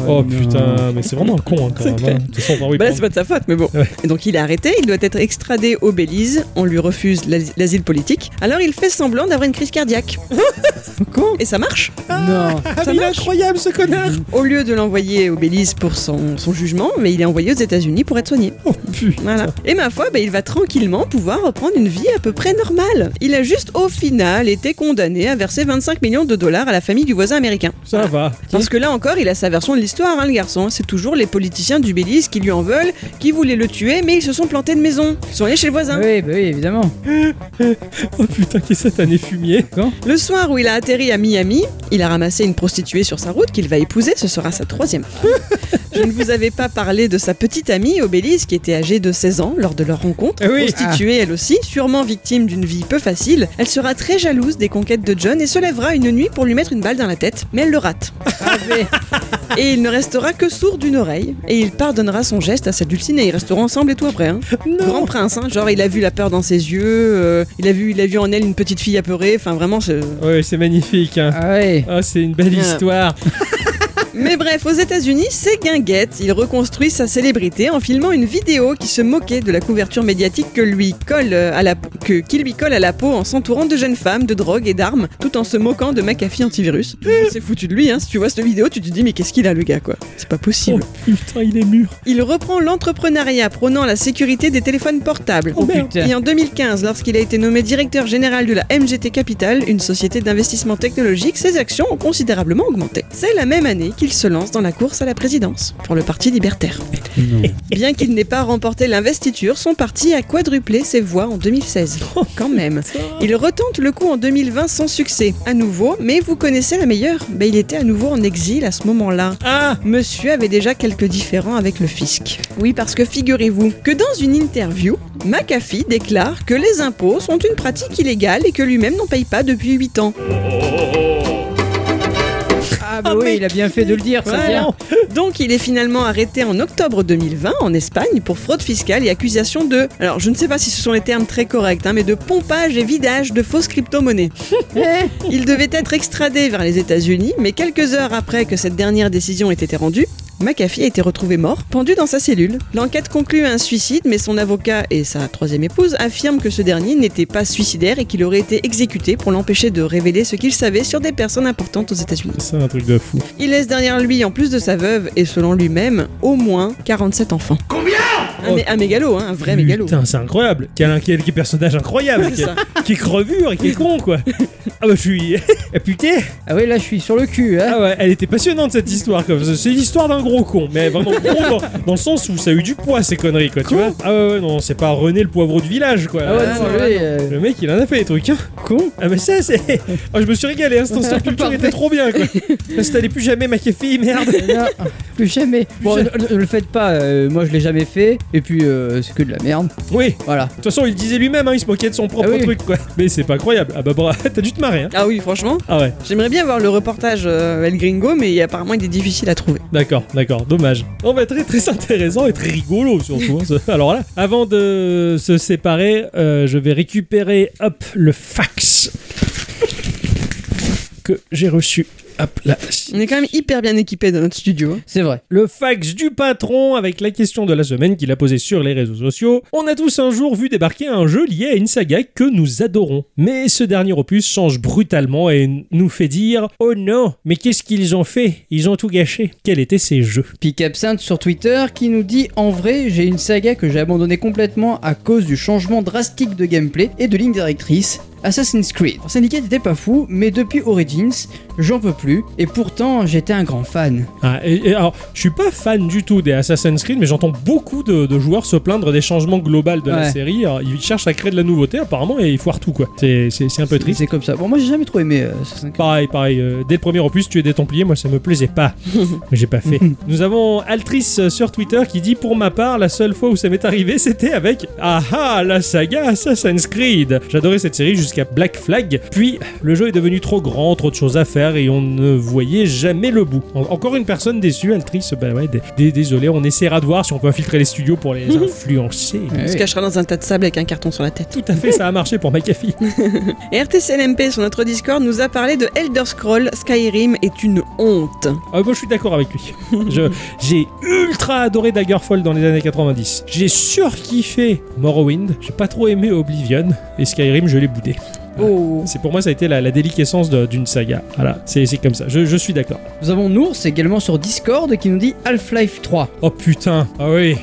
Oh putain, mais c'est vraiment un con hein, quand même. hein. De toute façon, enfin, oui, Bah là, pour- c'est pas de sa faute, mais bon. Ouais. Et donc il est arrêté, il doit être extradé au Belize, on lui refuse l'as- l'asile politique, alors il fait semblant d'avoir une crise cardiaque. Con Et ça marche euh. Non. Ah, mais il est incroyable ce connard Au lieu de l'envoyer au Belize pour son, son jugement, mais il est envoyé aux États-Unis pour être soigné. Oh putain Voilà. Et ma foi, bah, il va tranquillement pouvoir reprendre une vie à peu près normale. Il a juste au final été condamné à verser 25 millions de dollars à la famille du voisin américain. Ça va. Parce que là encore, il a sa version de l'histoire, hein, le garçon. C'est toujours les politiciens du Belize qui lui en veulent, qui voulaient le tuer, mais ils se sont plantés de maison. Ils sont allés chez le voisin. Oui, bah oui, évidemment. Oh putain, qui est cette année fumier Le soir où il a atterri à Miami, il a ramassé une prostituée sur sa route qu'il va épouser, ce sera sa troisième femme. Je ne vous avais pas parlé de sa petite amie Obélis qui était âgée de 16 ans lors de leur rencontre, Eh oui. prostituée elle aussi, sûrement victime d'une vie peu facile. Elle sera très jalouse des conquêtes de John et se lèvera une nuit pour lui mettre une balle dans la tête, mais elle le rate. Et il ne restera que sourd d'une oreille, et il pardonnera son geste à sa dulcinée. Ils resteront ensemble et tout après. Hein. Grand prince, hein, genre il a vu la peur dans ses yeux, euh, il a vu, il a vu en elle une petite fille apeurée. Enfin vraiment, c'est- Ouais, c'est magnifique. Hein. Ah ouais. Ah, c'est une belle Ouais. histoire. Mais bref, aux États-Unis, c'est guinguette. Il reconstruit sa célébrité en filmant une vidéo qui se moquait de la couverture médiatique que lui colle euh, à la que qui lui colle à la peau en s'entourant de jeunes femmes, de drogue et d'armes, tout en se moquant de McAfee antivirus. Tout le monde s'est foutu de lui. Hein. Si tu vois cette vidéo, tu te dis mais qu'est-ce qu'il a le gars quoi C'est pas Oh possible. putain, il est mûr. Il reprend l'entrepreneuriat prônant la sécurité des téléphones portables. Oh, merde. Putain. Et en 2015, lorsqu'il a été nommé directeur général de la MGT Capital, une société d'investissement technologique, ses actions ont considérablement augmenté. C'est la même année qu'il se lance dans la course à la présidence pour le Parti libertaire. Bien qu'il n'ait pas remporté l'investiture, son parti a quadruplé ses voix en 2016. Oh, Quand même. Il retente le coup en 2020 sans succès, à nouveau, mais vous connaissez la meilleure ben, Il était à nouveau en exil à ce moment-là. Ah Monsieur avait déjà quelques différends avec le fisc. Oui, parce que figurez-vous que dans une interview, McAfee déclare que les impôts sont une pratique illégale et que lui-même n'en paye pas depuis 8 ans. Ah bah oui, il a bien fait de le dire, ça Voilà. vient. Donc il est finalement arrêté en octobre 2020 en Espagne pour fraude fiscale et accusation de, alors je ne sais pas si ce sont les termes très corrects, hein, mais de pompage et vidage de fausses crypto-monnaies. Il devait être extradé vers les États-Unis, mais quelques heures après que cette dernière décision ait été rendue, McAfee a été retrouvé mort, pendu dans sa cellule. L'enquête conclut à un suicide, mais son avocat et sa troisième épouse affirment que ce dernier n'était pas suicidaire et qu'il aurait été exécuté pour l'empêcher de révéler ce qu'il savait sur des personnes importantes aux États-Unis. C'est un truc de fou. Il laisse derrière lui, en plus de sa veuve et selon lui-même, au moins 47 enfants. Combien un, mé- un mégalo, hein, un vrai mégalo. Putain, c'est incroyable. Quel, quel, quel personnage incroyable. C'est Quel- ça. qui est crevure et qui est con quoi. Ah bah je suis. Ah, putain Ah oui, là je suis sur le cul, hein. Ah ouais, elle était passionnante cette histoire comme ça. C'est l'histoire d'un gros con, mais vraiment gros dans, dans le sens où ça a eu du poids ces conneries quoi, tu vois. Ah ouais, ouais, non, c'est pas René le poivreau du village quoi. Ah ouais, non, non, lui, euh, Le mec il en a fait des trucs, hein. con. Ah mais ça c'est. Oh, je me suis régalé, hein, cette ancienne culture Parfait. était trop bien quoi. Parce que t'allais plus jamais McAfee, merde. Non, plus jamais. Bon, jamais. ne- ne le faites pas, euh, moi je l'ai jamais fait, et puis euh, c'est que de la merde. Oui, de Voilà. toute façon il le disait lui-même, hein, il se moquait de son propre Ah oui. truc quoi. Mais c'est pas incroyable. Ah bah bra- t'as dû te marrer hein. Ah oui, franchement, Ah ouais, j'aimerais bien voir le reportage euh, El Gringo, mais apparemment il est difficile à trouver. d'accord, d'accord, dommage. On va très très intéressant et très rigolo surtout. hein, ce- Alors là, avant de se séparer, euh, je vais récupérer hop le fax que j'ai reçu. Hop là. On est quand même hyper bien équipé dans notre studio. hein. C'est vrai. Le fax du patron avec la question de la semaine qu'il a posée sur les réseaux sociaux. On a tous un jour vu débarquer un jeu lié à une saga que nous adorons. Mais ce dernier opus change brutalement et n- nous fait dire Oh non, mais qu'est-ce qu'ils ont fait Ils ont tout gâché. Quels étaient ces jeux Pic Absinthe sur Twitter qui nous dit En vrai, j'ai une saga que j'ai abandonnée complètement à cause du changement drastique de gameplay et de ligne directrice. Assassin's Creed. Alors, Syndicate n'était pas fou, mais depuis Origins, j'en peux plus, et pourtant j'étais un grand fan. Ah, et- et alors, je suis pas fan du tout des Assassin's Creed, mais j'entends beaucoup de, de joueurs se plaindre des changements globaux de la Ouais. série. Alors, ils cherchent à créer de la nouveauté apparemment et ils foirent tout quoi. C'est c'est- c'est un peu triste. C'est comme ça. Bon, moi j'ai jamais trop aimé euh, Assassin's Creed. Pareil, pareil. euh, dès le premier opus, tu es des Templiers, moi ça me plaisait pas. Mais J'ai pas fait. Nous avons Altrice euh, sur Twitter qui dit Pour ma part, la seule fois où ça m'est arrivé, c'était avec Ah ah, la saga Assassin's Creed. J'adorais cette série jusqu'à Black Flag. Puis, le jeu est devenu trop grand, trop de choses à faire et on ne voyait jamais le bout. En- encore une personne déçue, Altrice, bah ouais, dé- dé- désolé, on essaiera de voir si on peut infiltrer les studios pour les influencer. Ouais, On se ouais. cachera dans un tas de sable avec un carton sur la tête. Tout à fait, ça a marché pour McAfee. Et RTCLMP sur notre Discord nous a parlé de Elder Scroll Skyrim est une honte. Ah, moi, je suis d'accord avec lui. Je- J'ai ultra adoré Daggerfall dans les années 90. J'ai surkiffé Morrowind. J'ai pas trop aimé Oblivion. Et Skyrim, je l'ai boudé. Oh. C'est pour moi, ça a été la, la déliquescence de- d'une saga. Voilà, c'est c'est comme ça. Je, je suis d'accord. Nous avons Nours également sur Discord qui nous dit Half-Life 3. Oh putain, ah oui.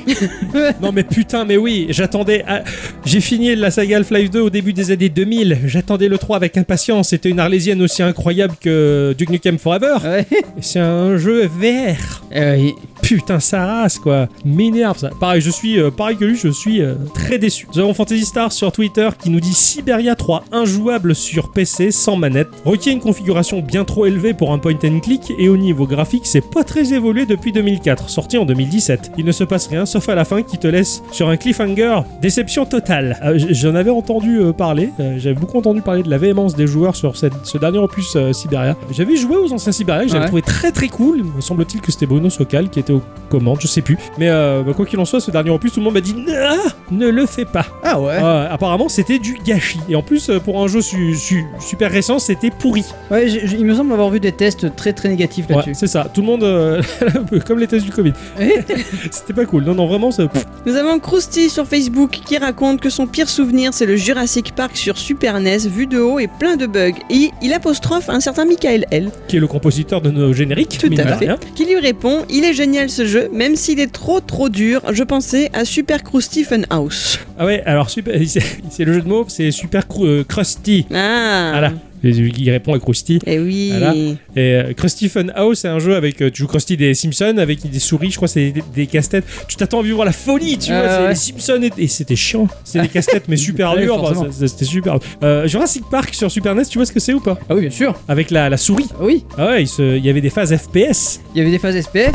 non mais putain, mais oui. J'attendais. à- J'ai fini la saga Half-Life 2 au début des années 2000. J'attendais le 3 avec impatience. C'était une arlésienne aussi incroyable que Duke Nukem Forever. Ouais. Et C'est un jeu VR. Euh, oui. Putain, sa race, quoi. M'énerve, ça. Pareil, je suis, euh, pareil que lui, je suis euh, très déçu. Nous avons Fantasy Star sur Twitter qui nous dit Siberia 3 injouable sur PC sans manette. Requiert une configuration bien trop élevée pour un point and click et au niveau graphique, c'est pas très évolué depuis 2004, sorti en 2017. Il ne se passe rien sauf à la fin qui te laisse sur un cliffhanger. Déception totale. Euh, j- J'en avais entendu euh, parler, euh, j'avais beaucoup entendu parler de la véhémence des joueurs sur cette, ce dernier opus euh, Siberia. J'avais joué aux anciens Siberia, j'avais Ouais. trouvé très très cool. Me semble-t-il que c'était Bruno Socal qui était aux commandes, je sais plus. Mais euh, bah, quoi qu'il en soit, ce dernier opus, tout le monde m'a dit non, ne le fais pas. Ah ouais. Euh, apparemment, c'était du gâchis. Et en plus, euh, pour un jeu su- su- super récent, c'était pourri. Ouais, j'ai- j'ai- il me semble avoir vu des tests très très négatifs Ouais, là-dessus. c'est ça. Tout le monde, euh, comme les tests du Covid, Eh c'était pas cool. Non, non, vraiment, ça. pff, Nous avons Krusty sur Facebook qui raconte que son pire souvenir c'est le Jurassic Park sur Super NES vu de haut et plein de bugs. Et il apostrophe un certain Michael L. qui est le compositeur de nos génériques. Tout mine à de fait. rien. Qui lui répond Il est génial ce jeu, même s'il est trop trop dur, je pensais à Super Krusty Funhouse. Ah ouais, alors super. C'est c'est le jeu de mots, c'est super cru- euh, crusty. Ah Voilà. Et Il répond à crusty. Eh oui Voilà. Et euh, Krusty Fun House, c'est un jeu avec euh, tu joues Krusty des Simpsons avec des souris, je crois, c'est des, des casse-têtes. Tu t'attends à vivre la folie, tu Ah vois. c'est ouais. Les Simpsons et, et c'était chiant. C'était des casse-têtes mais super Ouais, dur. forcément. c'était super. Euh, Jurassic Park sur Super NES, tu vois ce que c'est ou pas Ah oui, bien sûr. Avec la, la souris. Ah oui, Ah ouais, il, se- il y avait des phases FPS. il y avait des phases SPF.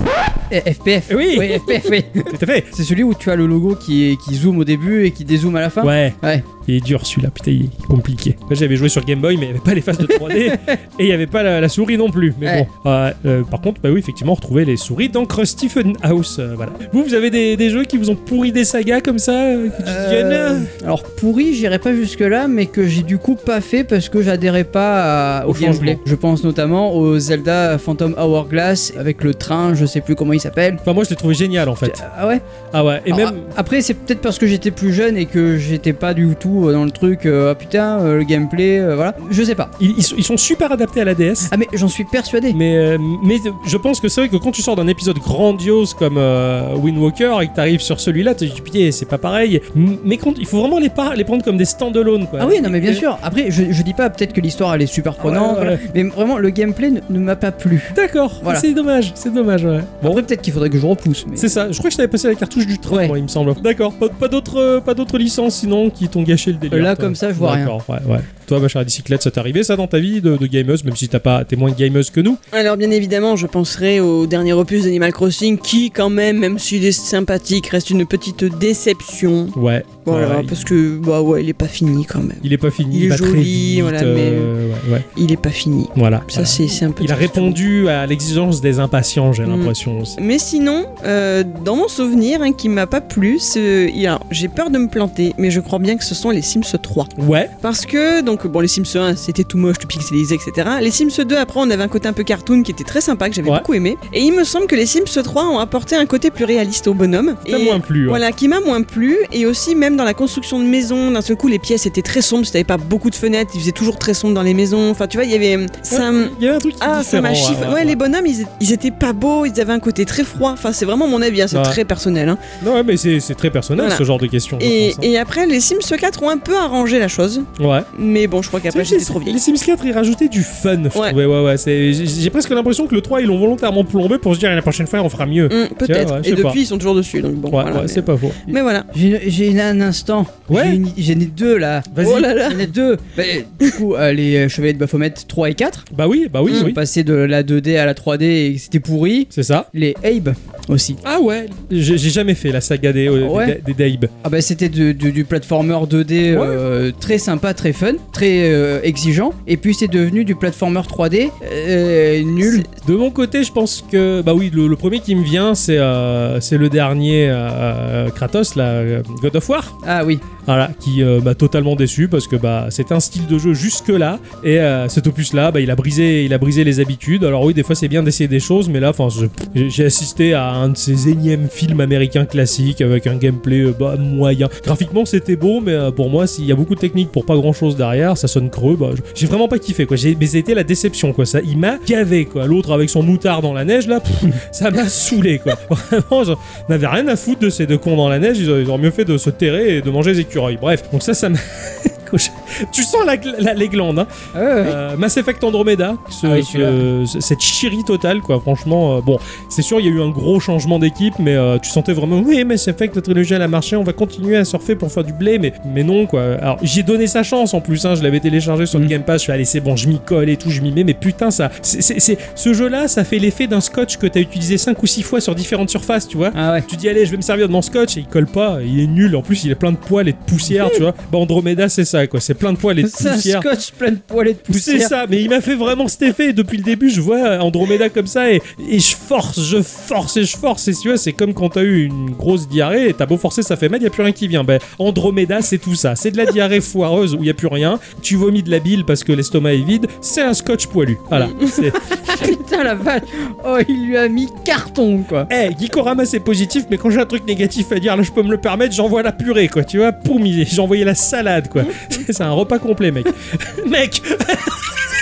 Eh, FPF. Oui. oui FPF, oui. Tout à fait. C'est celui où tu as le logo qui, est- qui zoome au début et qui dézoome à la fin. Ouais, Ouais. il est dur celui-là, putain, il est compliqué. Moi j'avais joué sur Game Boy, mais il n'y avait pas les phases de 3D et il n'y avait pas la, la souris non plus. Mais Ouais. bon, Euh, euh, par contre, bah oui, effectivement, retrouver les souris dans Krusty Funhouse. euh, voilà. Vous, vous avez des, des jeux qui vous ont pourri des sagas comme ça euh, que tu te dis, ah, Euh, non. alors pourri, j'irai pas jusque là, mais que j'ai du coup pas fait parce que j'adhérais pas à- au, Au changement. gameplay. Je pense notamment au Zelda Phantom Hourglass avec le train, je sais plus comment il s'appelle. Enfin, moi je l'ai trouvé génial en fait. Ah ouais. Ah ouais, et Alors, même. a- Après, c'est peut-être parce que j'étais plus jeune et que j'étais pas du tout euh, dans le truc. euh, ah putain, euh, le gameplay, euh, voilà. Je sais pas. Ils, ils sont- ils sont super adaptés à la DS. Ah mais j'en suis persuadé. Mais, euh, mais euh, je pense que c'est vrai que quand tu sors d'un épisode grandiose comme euh, Wind Walker et que tu arrives sur celui-là, tu te dis putain c'est pas pareil. M- Mais quand, il faut vraiment les, par- les prendre comme des stand-alone quoi. Ah oui, non mais bien Et- sûr. Après, je, je dis pas peut-être que l'histoire elle est super prenante, ouais, voilà. mais vraiment le gameplay ne, ne m'a pas plu. D'accord, Voilà. c'est dommage, c'est dommage, ouais. Bon, Après, peut-être qu'il faudrait que je repousse. Mais... c'est ça, je crois que je t'avais passé la cartouche du train, Ouais. moi, il me semble. D'accord, pas, pas d'autres euh, pas d'autres licences sinon qui t'ont gâché le délire. Là, toi. comme ça, je vois rien. D'accord, ouais, ouais. Toi, ma chère bicyclette, ça t'est arrivé ça dans ta vie de, de gameuse, même si t'as pas, t'es moins gameuse que nous Alors bien évidemment, je penserai au dernier opus d'Animal Crossing qui quand même, même s'il est sympathique, reste une petite déception. Ouais. Voilà, Ouais, il- parce que bah ouais, il est pas fini quand même. Il est pas fini, Il est va très joli, vite, voilà, euh, ouais, ouais, Il est pas fini. voilà. Ça voilà. c'est c'est un peu. Il a triste. répondu à l'exigence des impatients, j'ai Mm. l'impression. aussi. Mais sinon, euh, dans mon souvenir hein, qui m'a pas plu, c'est- il y a- j'ai peur de me planter, mais je crois bien que ce sont les Sims 3. Ouais, Parce que, donc, bon, les Sims 1, c'était tout moche, tout pixelisé, etc. Les Sims 2, après, on avait un côté un peu cartoon qui était très sympa, que j'avais Ouais. beaucoup aimé. Et il me semble que les Sims 3 ont apporté un côté plus réaliste au bonhomme. t'as Et- moins plu. hein. ouais. Voilà, qui m'a moins plu, et aussi même dans la construction de maisons, d'un seul coup les pièces étaient très sombres, si t'avais pas beaucoup de fenêtres, il faisait toujours très sombre dans les maisons, enfin tu vois, il y avait... Ça, me- Il y a un truc qui est ah, ça m'a différent, hein, chiffre. Ouais, les bonhommes, ils, ils étaient pas beaux, ils avaient un côté très froid. Enfin, c'est vraiment mon avis, hein, c'est Ouais. très personnel. hein. Non, ouais, mais c'est c'est très personnel Voilà. ce genre de questions. je Et, pense, hein. et après, les Sims 4 ont un peu arrangé la chose. Ouais. Mais bon, je crois qu'après, C'est vrai que j'étais trop Les vieille. Sims 4, ils rajoutaient du fun. je Ouais. trouvais. ouais, ouais. c'est- J'ai j'ai presque l'impression que le 3, ils l'ont volontairement plombé pour se dire la prochaine fois, on fera mieux. Hum, Peut-être. ouais, je et sais depuis, pas. ils sont toujours dessus. Donc bon, ouais, voilà, ouais, mais... c'est pas faux. mais voilà. J'ai j'ai une- un instant. Ouais. J'ai une- J'en ai deux là. Vas-y. Oh là là. J'en ai deux. Bah, du coup, euh, les euh, Chevaliers de Baphomet 3 et 4 Bah oui, bah oui, Mm. ils sont oui. passés de la 2D à la 3D et c'était pourri. C'est ça. Les Abe aussi. Ah ouais, j'ai j'ai jamais fait la saga des, euh, Ouais. des, des Dabe. Ah bah c'était du, du, du platformer 2D euh, très sympa, très fun, très euh, exigeant. Et puis c'est devenu du platformer 3D euh, nul. De mon côté, je pense que. Bah oui, le, le premier qui me vient, c'est euh, c'est le dernier euh, Kratos, là, euh, God of War. Ah oui. Voilà, qui euh, m'a totalement déçu parce que bah c'est un style de jeu jusque là et euh, cet opus là bah il a brisé il a brisé les habitudes. Alors oui, des fois c'est bien d'essayer des choses, mais là enfin je- j'ai j'ai assisté à un de ces énièmes films américains classiques avec un gameplay euh, bah, moyen. Graphiquement c'était beau, mais euh, pour moi s'il y a beaucoup de technique pour pas grand chose derrière, ça sonne creux. Bah, je- j'ai vraiment pas kiffé quoi. J'ai- Mais c'était la déception quoi. Ça, il m'a gavé quoi. L'autre avec son moutard dans la neige là, pff, ça m'a saoulé quoi. Vraiment, je- n'avaient rien à foutre de ces deux cons dans la neige, ils auraient, ils auraient mieux fait de se terrer et de manger les écureuils. Bref, donc ça, ça m'a. Coche. tu sens la, gla- la- les glandes, hein. Ah ouais, ouais. Euh, Mass Effect Andromeda, ce- Ah oui, ce- ce- cette chirie totale, quoi. Franchement, euh, bon, c'est sûr, il y a eu un gros changement d'équipe, mais euh, tu sentais vraiment, oui, Mass Effect, la trilogie, elle a marché, on va continuer à surfer pour faire du blé, mais, mais non, quoi. Alors, j'ai donné sa chance en plus, hein, je l'avais téléchargé sur le Mm. Game Pass, je fais, allez, c'est bon, je m'y colle et tout, je m'y mets, mais putain, ça. c'est- c'est- c'est- ce jeu-là, ça fait l'effet d'un scotch que t'as utilisé 5 ou 6 fois sur différentes surfaces, tu vois. Ah ouais. Tu dis allez je vais me servir de mon scotch et il colle pas, il est nul, en plus il a plein de poils et de poussière, tu vois. Bah Andromeda c'est ça quoi, c'est plein de poils et de C'est un poussière. scotch plein de poils et de C'est poussière. ça, mais il m'a fait vraiment cet effet. Depuis le début, je vois Andromeda comme ça et, et je force, je force et je force. Et tu vois, c'est comme quand t'as eu une grosse diarrhée et t'as beau forcer, ça fait mal, y a plus rien qui vient. Ben, Andromeda, c'est tout ça. C'est de la diarrhée foireuse où y a plus rien. Tu vomis de la bile parce que l'estomac est vide. C'est un scotch poilu. Voilà. C'est- Putain la vache. Oh, il lui a mis carton quoi. Eh, Gikorama, c'est positif, mais quand j'ai un truc négatif à dire, là, je peux me le permettre, j'envoie la purée, quoi. Tu vois, poum, il- j'ai envoyé la salade, quoi. c'est un repas complet, mec. mec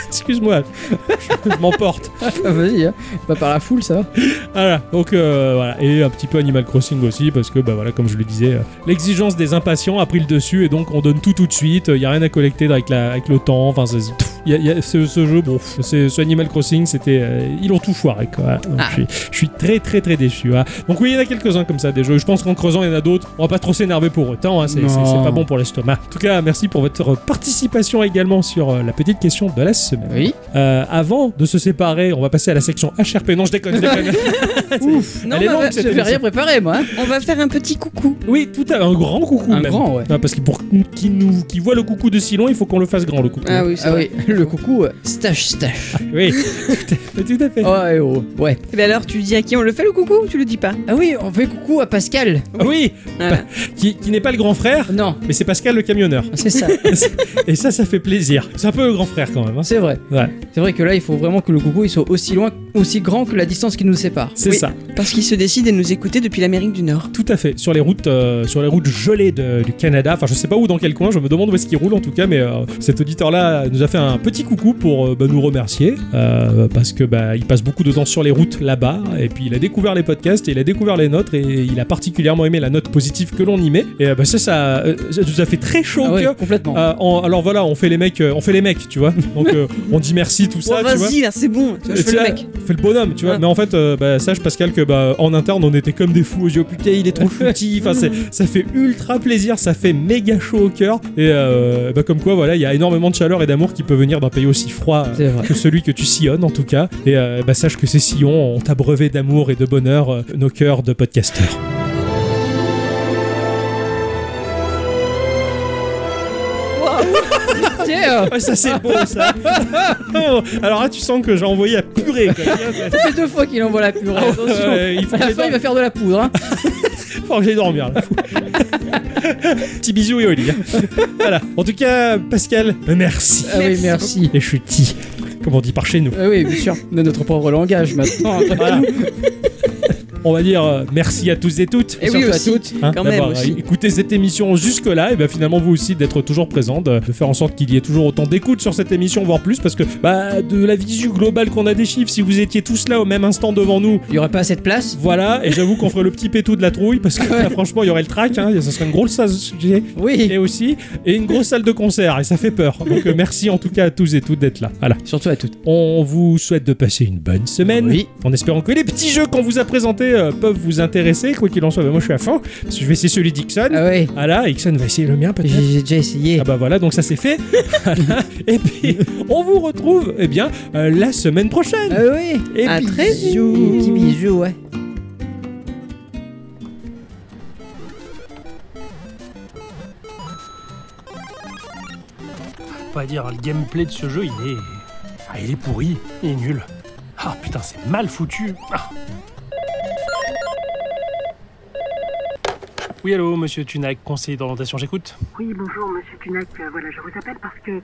Excuse-moi, je je m'emporte. Ah, Vas-y, hein. pas par la foule ça. va. Voilà, donc euh, voilà, et un petit peu Animal Crossing aussi, parce que bah voilà, comme je le disais, euh, l'exigence des impatients a pris le dessus, et donc on donne tout tout de suite, il y a rien à collecter avec, la, avec le temps, enfin c'est... pff, y a- y a- ce, ce jeu, bon, pff, c'est- ce Animal Crossing, c'était. euh, ils l'ont tout foiré, quoi. Donc, je, suis, je suis très, très, très déçu. voilà. Donc, oui, il y en a quelques-uns comme ça, des jeux. Je pense qu'en creusant, il y en a d'autres. On va pas trop s'énerver pour autant, hein, c'est Non. c'est- c'est pas bon pour l'estomac. En tout cas, merci pour votre participation également sur euh, la petite question de la semaine. Oui. Euh, avant de se séparer, on va passer à la section HRP. Non, je déconne, je déconne. Ouf. Non, Elle est bah, longue, bah, cette Je vais émission. rien préparer moi. hein. On va faire un petit coucou. Oui, tout à un grand coucou. Un même. grand, ouais. Ah, parce que pour qu'il nous, qu'il voit le coucou de si long, il faut qu'on le fasse grand le coucou. Ah oui, c'est Ah vrai. oui, le coucou, euh, stache, stache. Oui, tout à tout à fait. Oh, eh oh, ouais. Eh ben alors, tu dis à qui on le fait le coucou ou tu le dis pas Ah oui, on fait coucou à Pascal. Ah oui, Voilà. qui, qui n'est pas le grand frère, Non, mais c'est Pascal le camionneur. c'est ça, Et ça, ça fait plaisir. C'est un peu le grand frère quand même. hein. c'est vrai. Ouais, C'est vrai que là, il faut vraiment que le coucou il soit aussi loin, aussi grand que la distance qui nous sépare. c'est Oui. ça, Parce qu'il se décide à nous écouter depuis l'Amérique du Nord. tout à fait. Sur les routes, euh, sur les routes gelées de- du Canada. Enfin, je sais pas où, dans quel coin. Je me demande où est-ce qu'il roule en tout cas. Mais euh, cet auditeur-là nous a fait un petit coucou pour euh, bah, nous remercier euh, parce que bah, il passe beaucoup de temps sur les routes là-bas. Et puis il a découvert les podcasts et il a découvert les nôtres et il a particulièrement aimé la note positive que l'on y met. Et euh, bah, ça, ça, euh, ça nous a fait très chaud Ah au ouais, cœur. complètement. Euh, en- alors voilà, on fait les mecs, euh, on fait les mecs, tu vois. Donc euh, on dit merci, tout ça, Oh, tu vois. Vas-y, là, c'est bon. Tu vois, je Et fais tu le vois, mec. fais le bonhomme, tu vois. Ouais. Mais en fait, euh, bah, sache Pascal que bah, en interne, on était comme des fous aux yeux. Putain, il est trop gentil. Enfin, c'est- ça fait ultra plaisir, ça fait méga chaud au cœur. Et euh, bah, comme quoi, voilà, il y a énormément de chaleur et d'amour qui peut venir d'un pays aussi froid euh, C'est vrai. que celui que tu sillonnes, en tout cas. Et euh, bah, sache que ces sillons ont abreuvé d'amour et de bonheur euh, nos cœurs de podcasteurs. Tiens, euh, Ouais, ça c'est beau, ça. Alors là, tu sens que j'ai envoyé à purée. quoi. ça fait deux fois qu'il envoie la purée. Ah ouais, attention. ouais, il faut à que la les fin, dents- il va faire de la poudre. Hein. Faut que j'aille dormir là. Petit bisou et au lit. hein. voilà. En tout cas, Pascal, merci. Ah oui, merci. Et je suis ti, comme on dit par chez nous. Ah oui, bien sûr. De notre propre langage maintenant. Voilà. On va dire euh, merci à tous et toutes. Et Eh oui, surtout à aussi. toutes. hein, Quand même d'avoir, aussi. euh, écouté cette émission jusque-là, et bien finalement vous aussi d'être toujours présent, de, de faire en sorte qu'il y ait toujours autant d'écoute sur cette émission, voire plus, parce que bah, de la visu globale qu'on a des chiffres, si vous étiez tous là au même instant devant nous, Il y aurait pas assez de place voilà, et j'avoue qu'on ferait le petit pétou de la trouille, parce que là, franchement il y aurait le trac, hein, ça serait une grosse sujet. Oui. et aussi et une grosse salle de concert et ça fait peur. Donc euh, merci en tout cas à tous et toutes d'être là. Voilà. Surtout à toutes. On vous souhaite de passer une bonne semaine. Oui. En espérant que les petits jeux qu'on vous a présentés euh, peuvent vous intéresser, quoi qu'il en soit. Bah, moi je suis à fond. Parce que je vais essayer celui d'Ixon. Ah oui, Voilà, Ixon va essayer le mien j'ai peut-être. j'ai déjà essayé. Ah bah voilà, donc ça c'est fait. Voilà. Et puis on vous retrouve eh bien euh, la semaine prochaine. Ah oui. Et à puis, très vite. Petit bisou, ouais. pas dire, le gameplay de ce jeu, il est. Ah, il est pourri, il est nul. Ah putain, c'est mal foutu. Ah. Oui, allô, monsieur Tunac, conseiller d'orientation, j'écoute. Oui, bonjour, monsieur Punac. Euh, voilà, je vous appelle parce que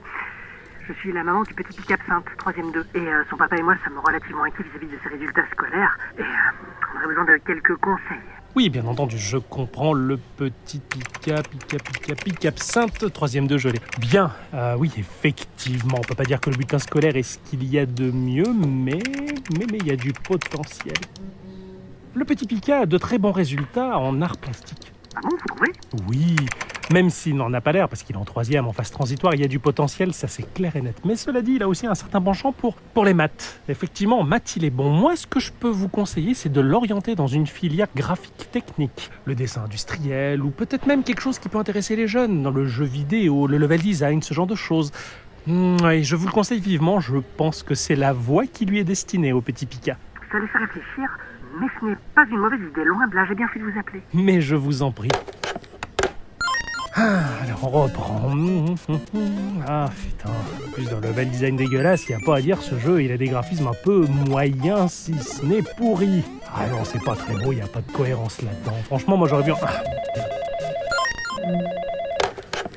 je suis la maman du petit Pic absinthe, troisième 2. Et euh, son papa et moi sommes relativement inquiets vis-à-vis de ses résultats scolaires. Et euh, on aurait besoin de quelques conseils. Oui, bien entendu, je comprends le petit pica, pica, pica, pica, absinthe, troisième de gelée. Bien, euh, oui, effectivement, on peut pas dire que le butin scolaire est ce qu'il y a de mieux, mais, mais, mais il y a du potentiel. Le petit pica a de très bons résultats en art plastique. Ah bon, vous trouvez Oui, même s'il n'en a pas l'air, parce qu'il est en troisième, en phase transitoire, il y a du potentiel, ça c'est clair et net. Mais cela dit, il a aussi un certain penchant pour, pour les maths. Effectivement, en maths, il est bon. Moi, ce que je peux vous conseiller, c'est de l'orienter dans une filière graphique technique. Le dessin industriel, ou peut-être même quelque chose qui peut intéresser les jeunes, dans le jeu vidéo, le level design, ce genre de choses. Hmm, ouais, je vous le conseille vivement, je pense que c'est la voie qui lui est destinée au petit Pika. Ça laisse réfléchir, mais ce n'est pas une mauvaise idée. Loin de là, j'ai bien fait de vous appeler. Mais je vous en prie. Ah, alors on reprend. Ah putain, en plus dans le level design dégueulasse, il a pas à dire ce jeu, il a des graphismes un peu moyens si ce n'est pourri. Ah non, c'est pas très beau, il n'y a pas de cohérence là-dedans. Franchement, moi j'aurais bien... Ah.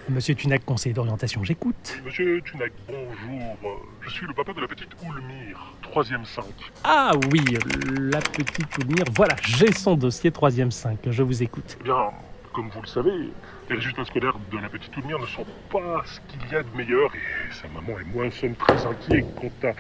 Monsieur Tunac, conseiller d'orientation, j'écoute. Monsieur Tunac, bonjour. Je suis le papa de la petite Oulmire, 3ème 5. Ah oui, la petite Oulmire, voilà, j'ai son dossier 3ème 5, je vous écoute. Eh bien, comme vous le savez, les résultats scolaires de la petite Oulmire ne sont pas ce qu'il y a de meilleur et sa maman et moi sommes très inquiets quant à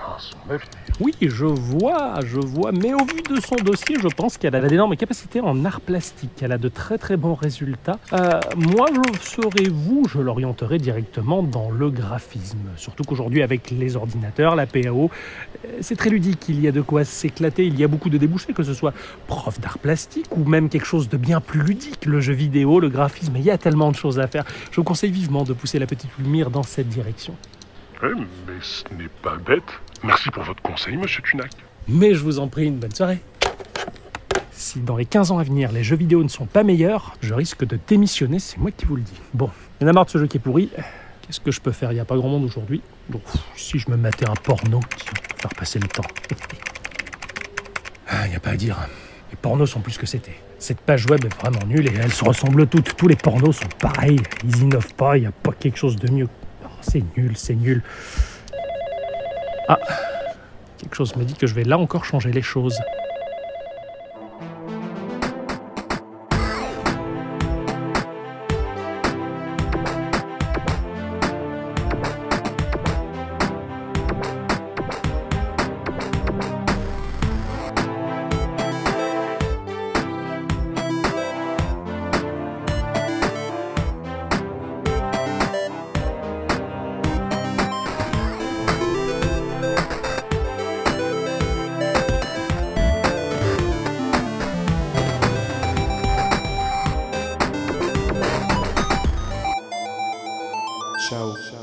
à son avenir. Oui, je vois, je vois, mais au vu de son dossier, je pense qu'elle a d'énormes capacités en art plastique, elle a de très très bons résultats. Euh, moi, je serais vous, je l'orienterai directement dans le graphisme. Surtout qu'aujourd'hui, avec les ordinateurs, la PAO, euh, c'est très ludique, il y a de quoi s'éclater, il y a beaucoup de débouchés, que ce soit prof d'art plastique ou même quelque chose de bien plus ludique, le jeu vidéo, le graphisme, il y a tellement de choses à faire. Je vous conseille vivement de pousser la petite lumière dans cette direction. Eh, mais ce n'est pas bête. Merci pour votre conseil, monsieur Tunac. Mais je vous en prie, une bonne soirée. Si dans les 15 ans à venir, les jeux vidéo ne sont pas meilleurs, je risque de démissionner, c'est moi qui vous le dis. Bon, il y en a marre de ce jeu qui est pourri. Qu'est-ce que je peux faire Il n'y a pas grand monde aujourd'hui. Donc, pff, si je me matais un porno, tiens, pour faire passer le temps. Ah, Il n'y a pas à dire. Les pornos sont plus que c'était. Cette page web est vraiment nulle et elles se ressemblent toutes. Tous les pornos sont pareils. Ils innovent pas, il n'y a pas quelque chose de mieux. Oh, c'est nul, c'est nul. Ah, quelque chose me dit que je vais là encore changer les choses. Ciao.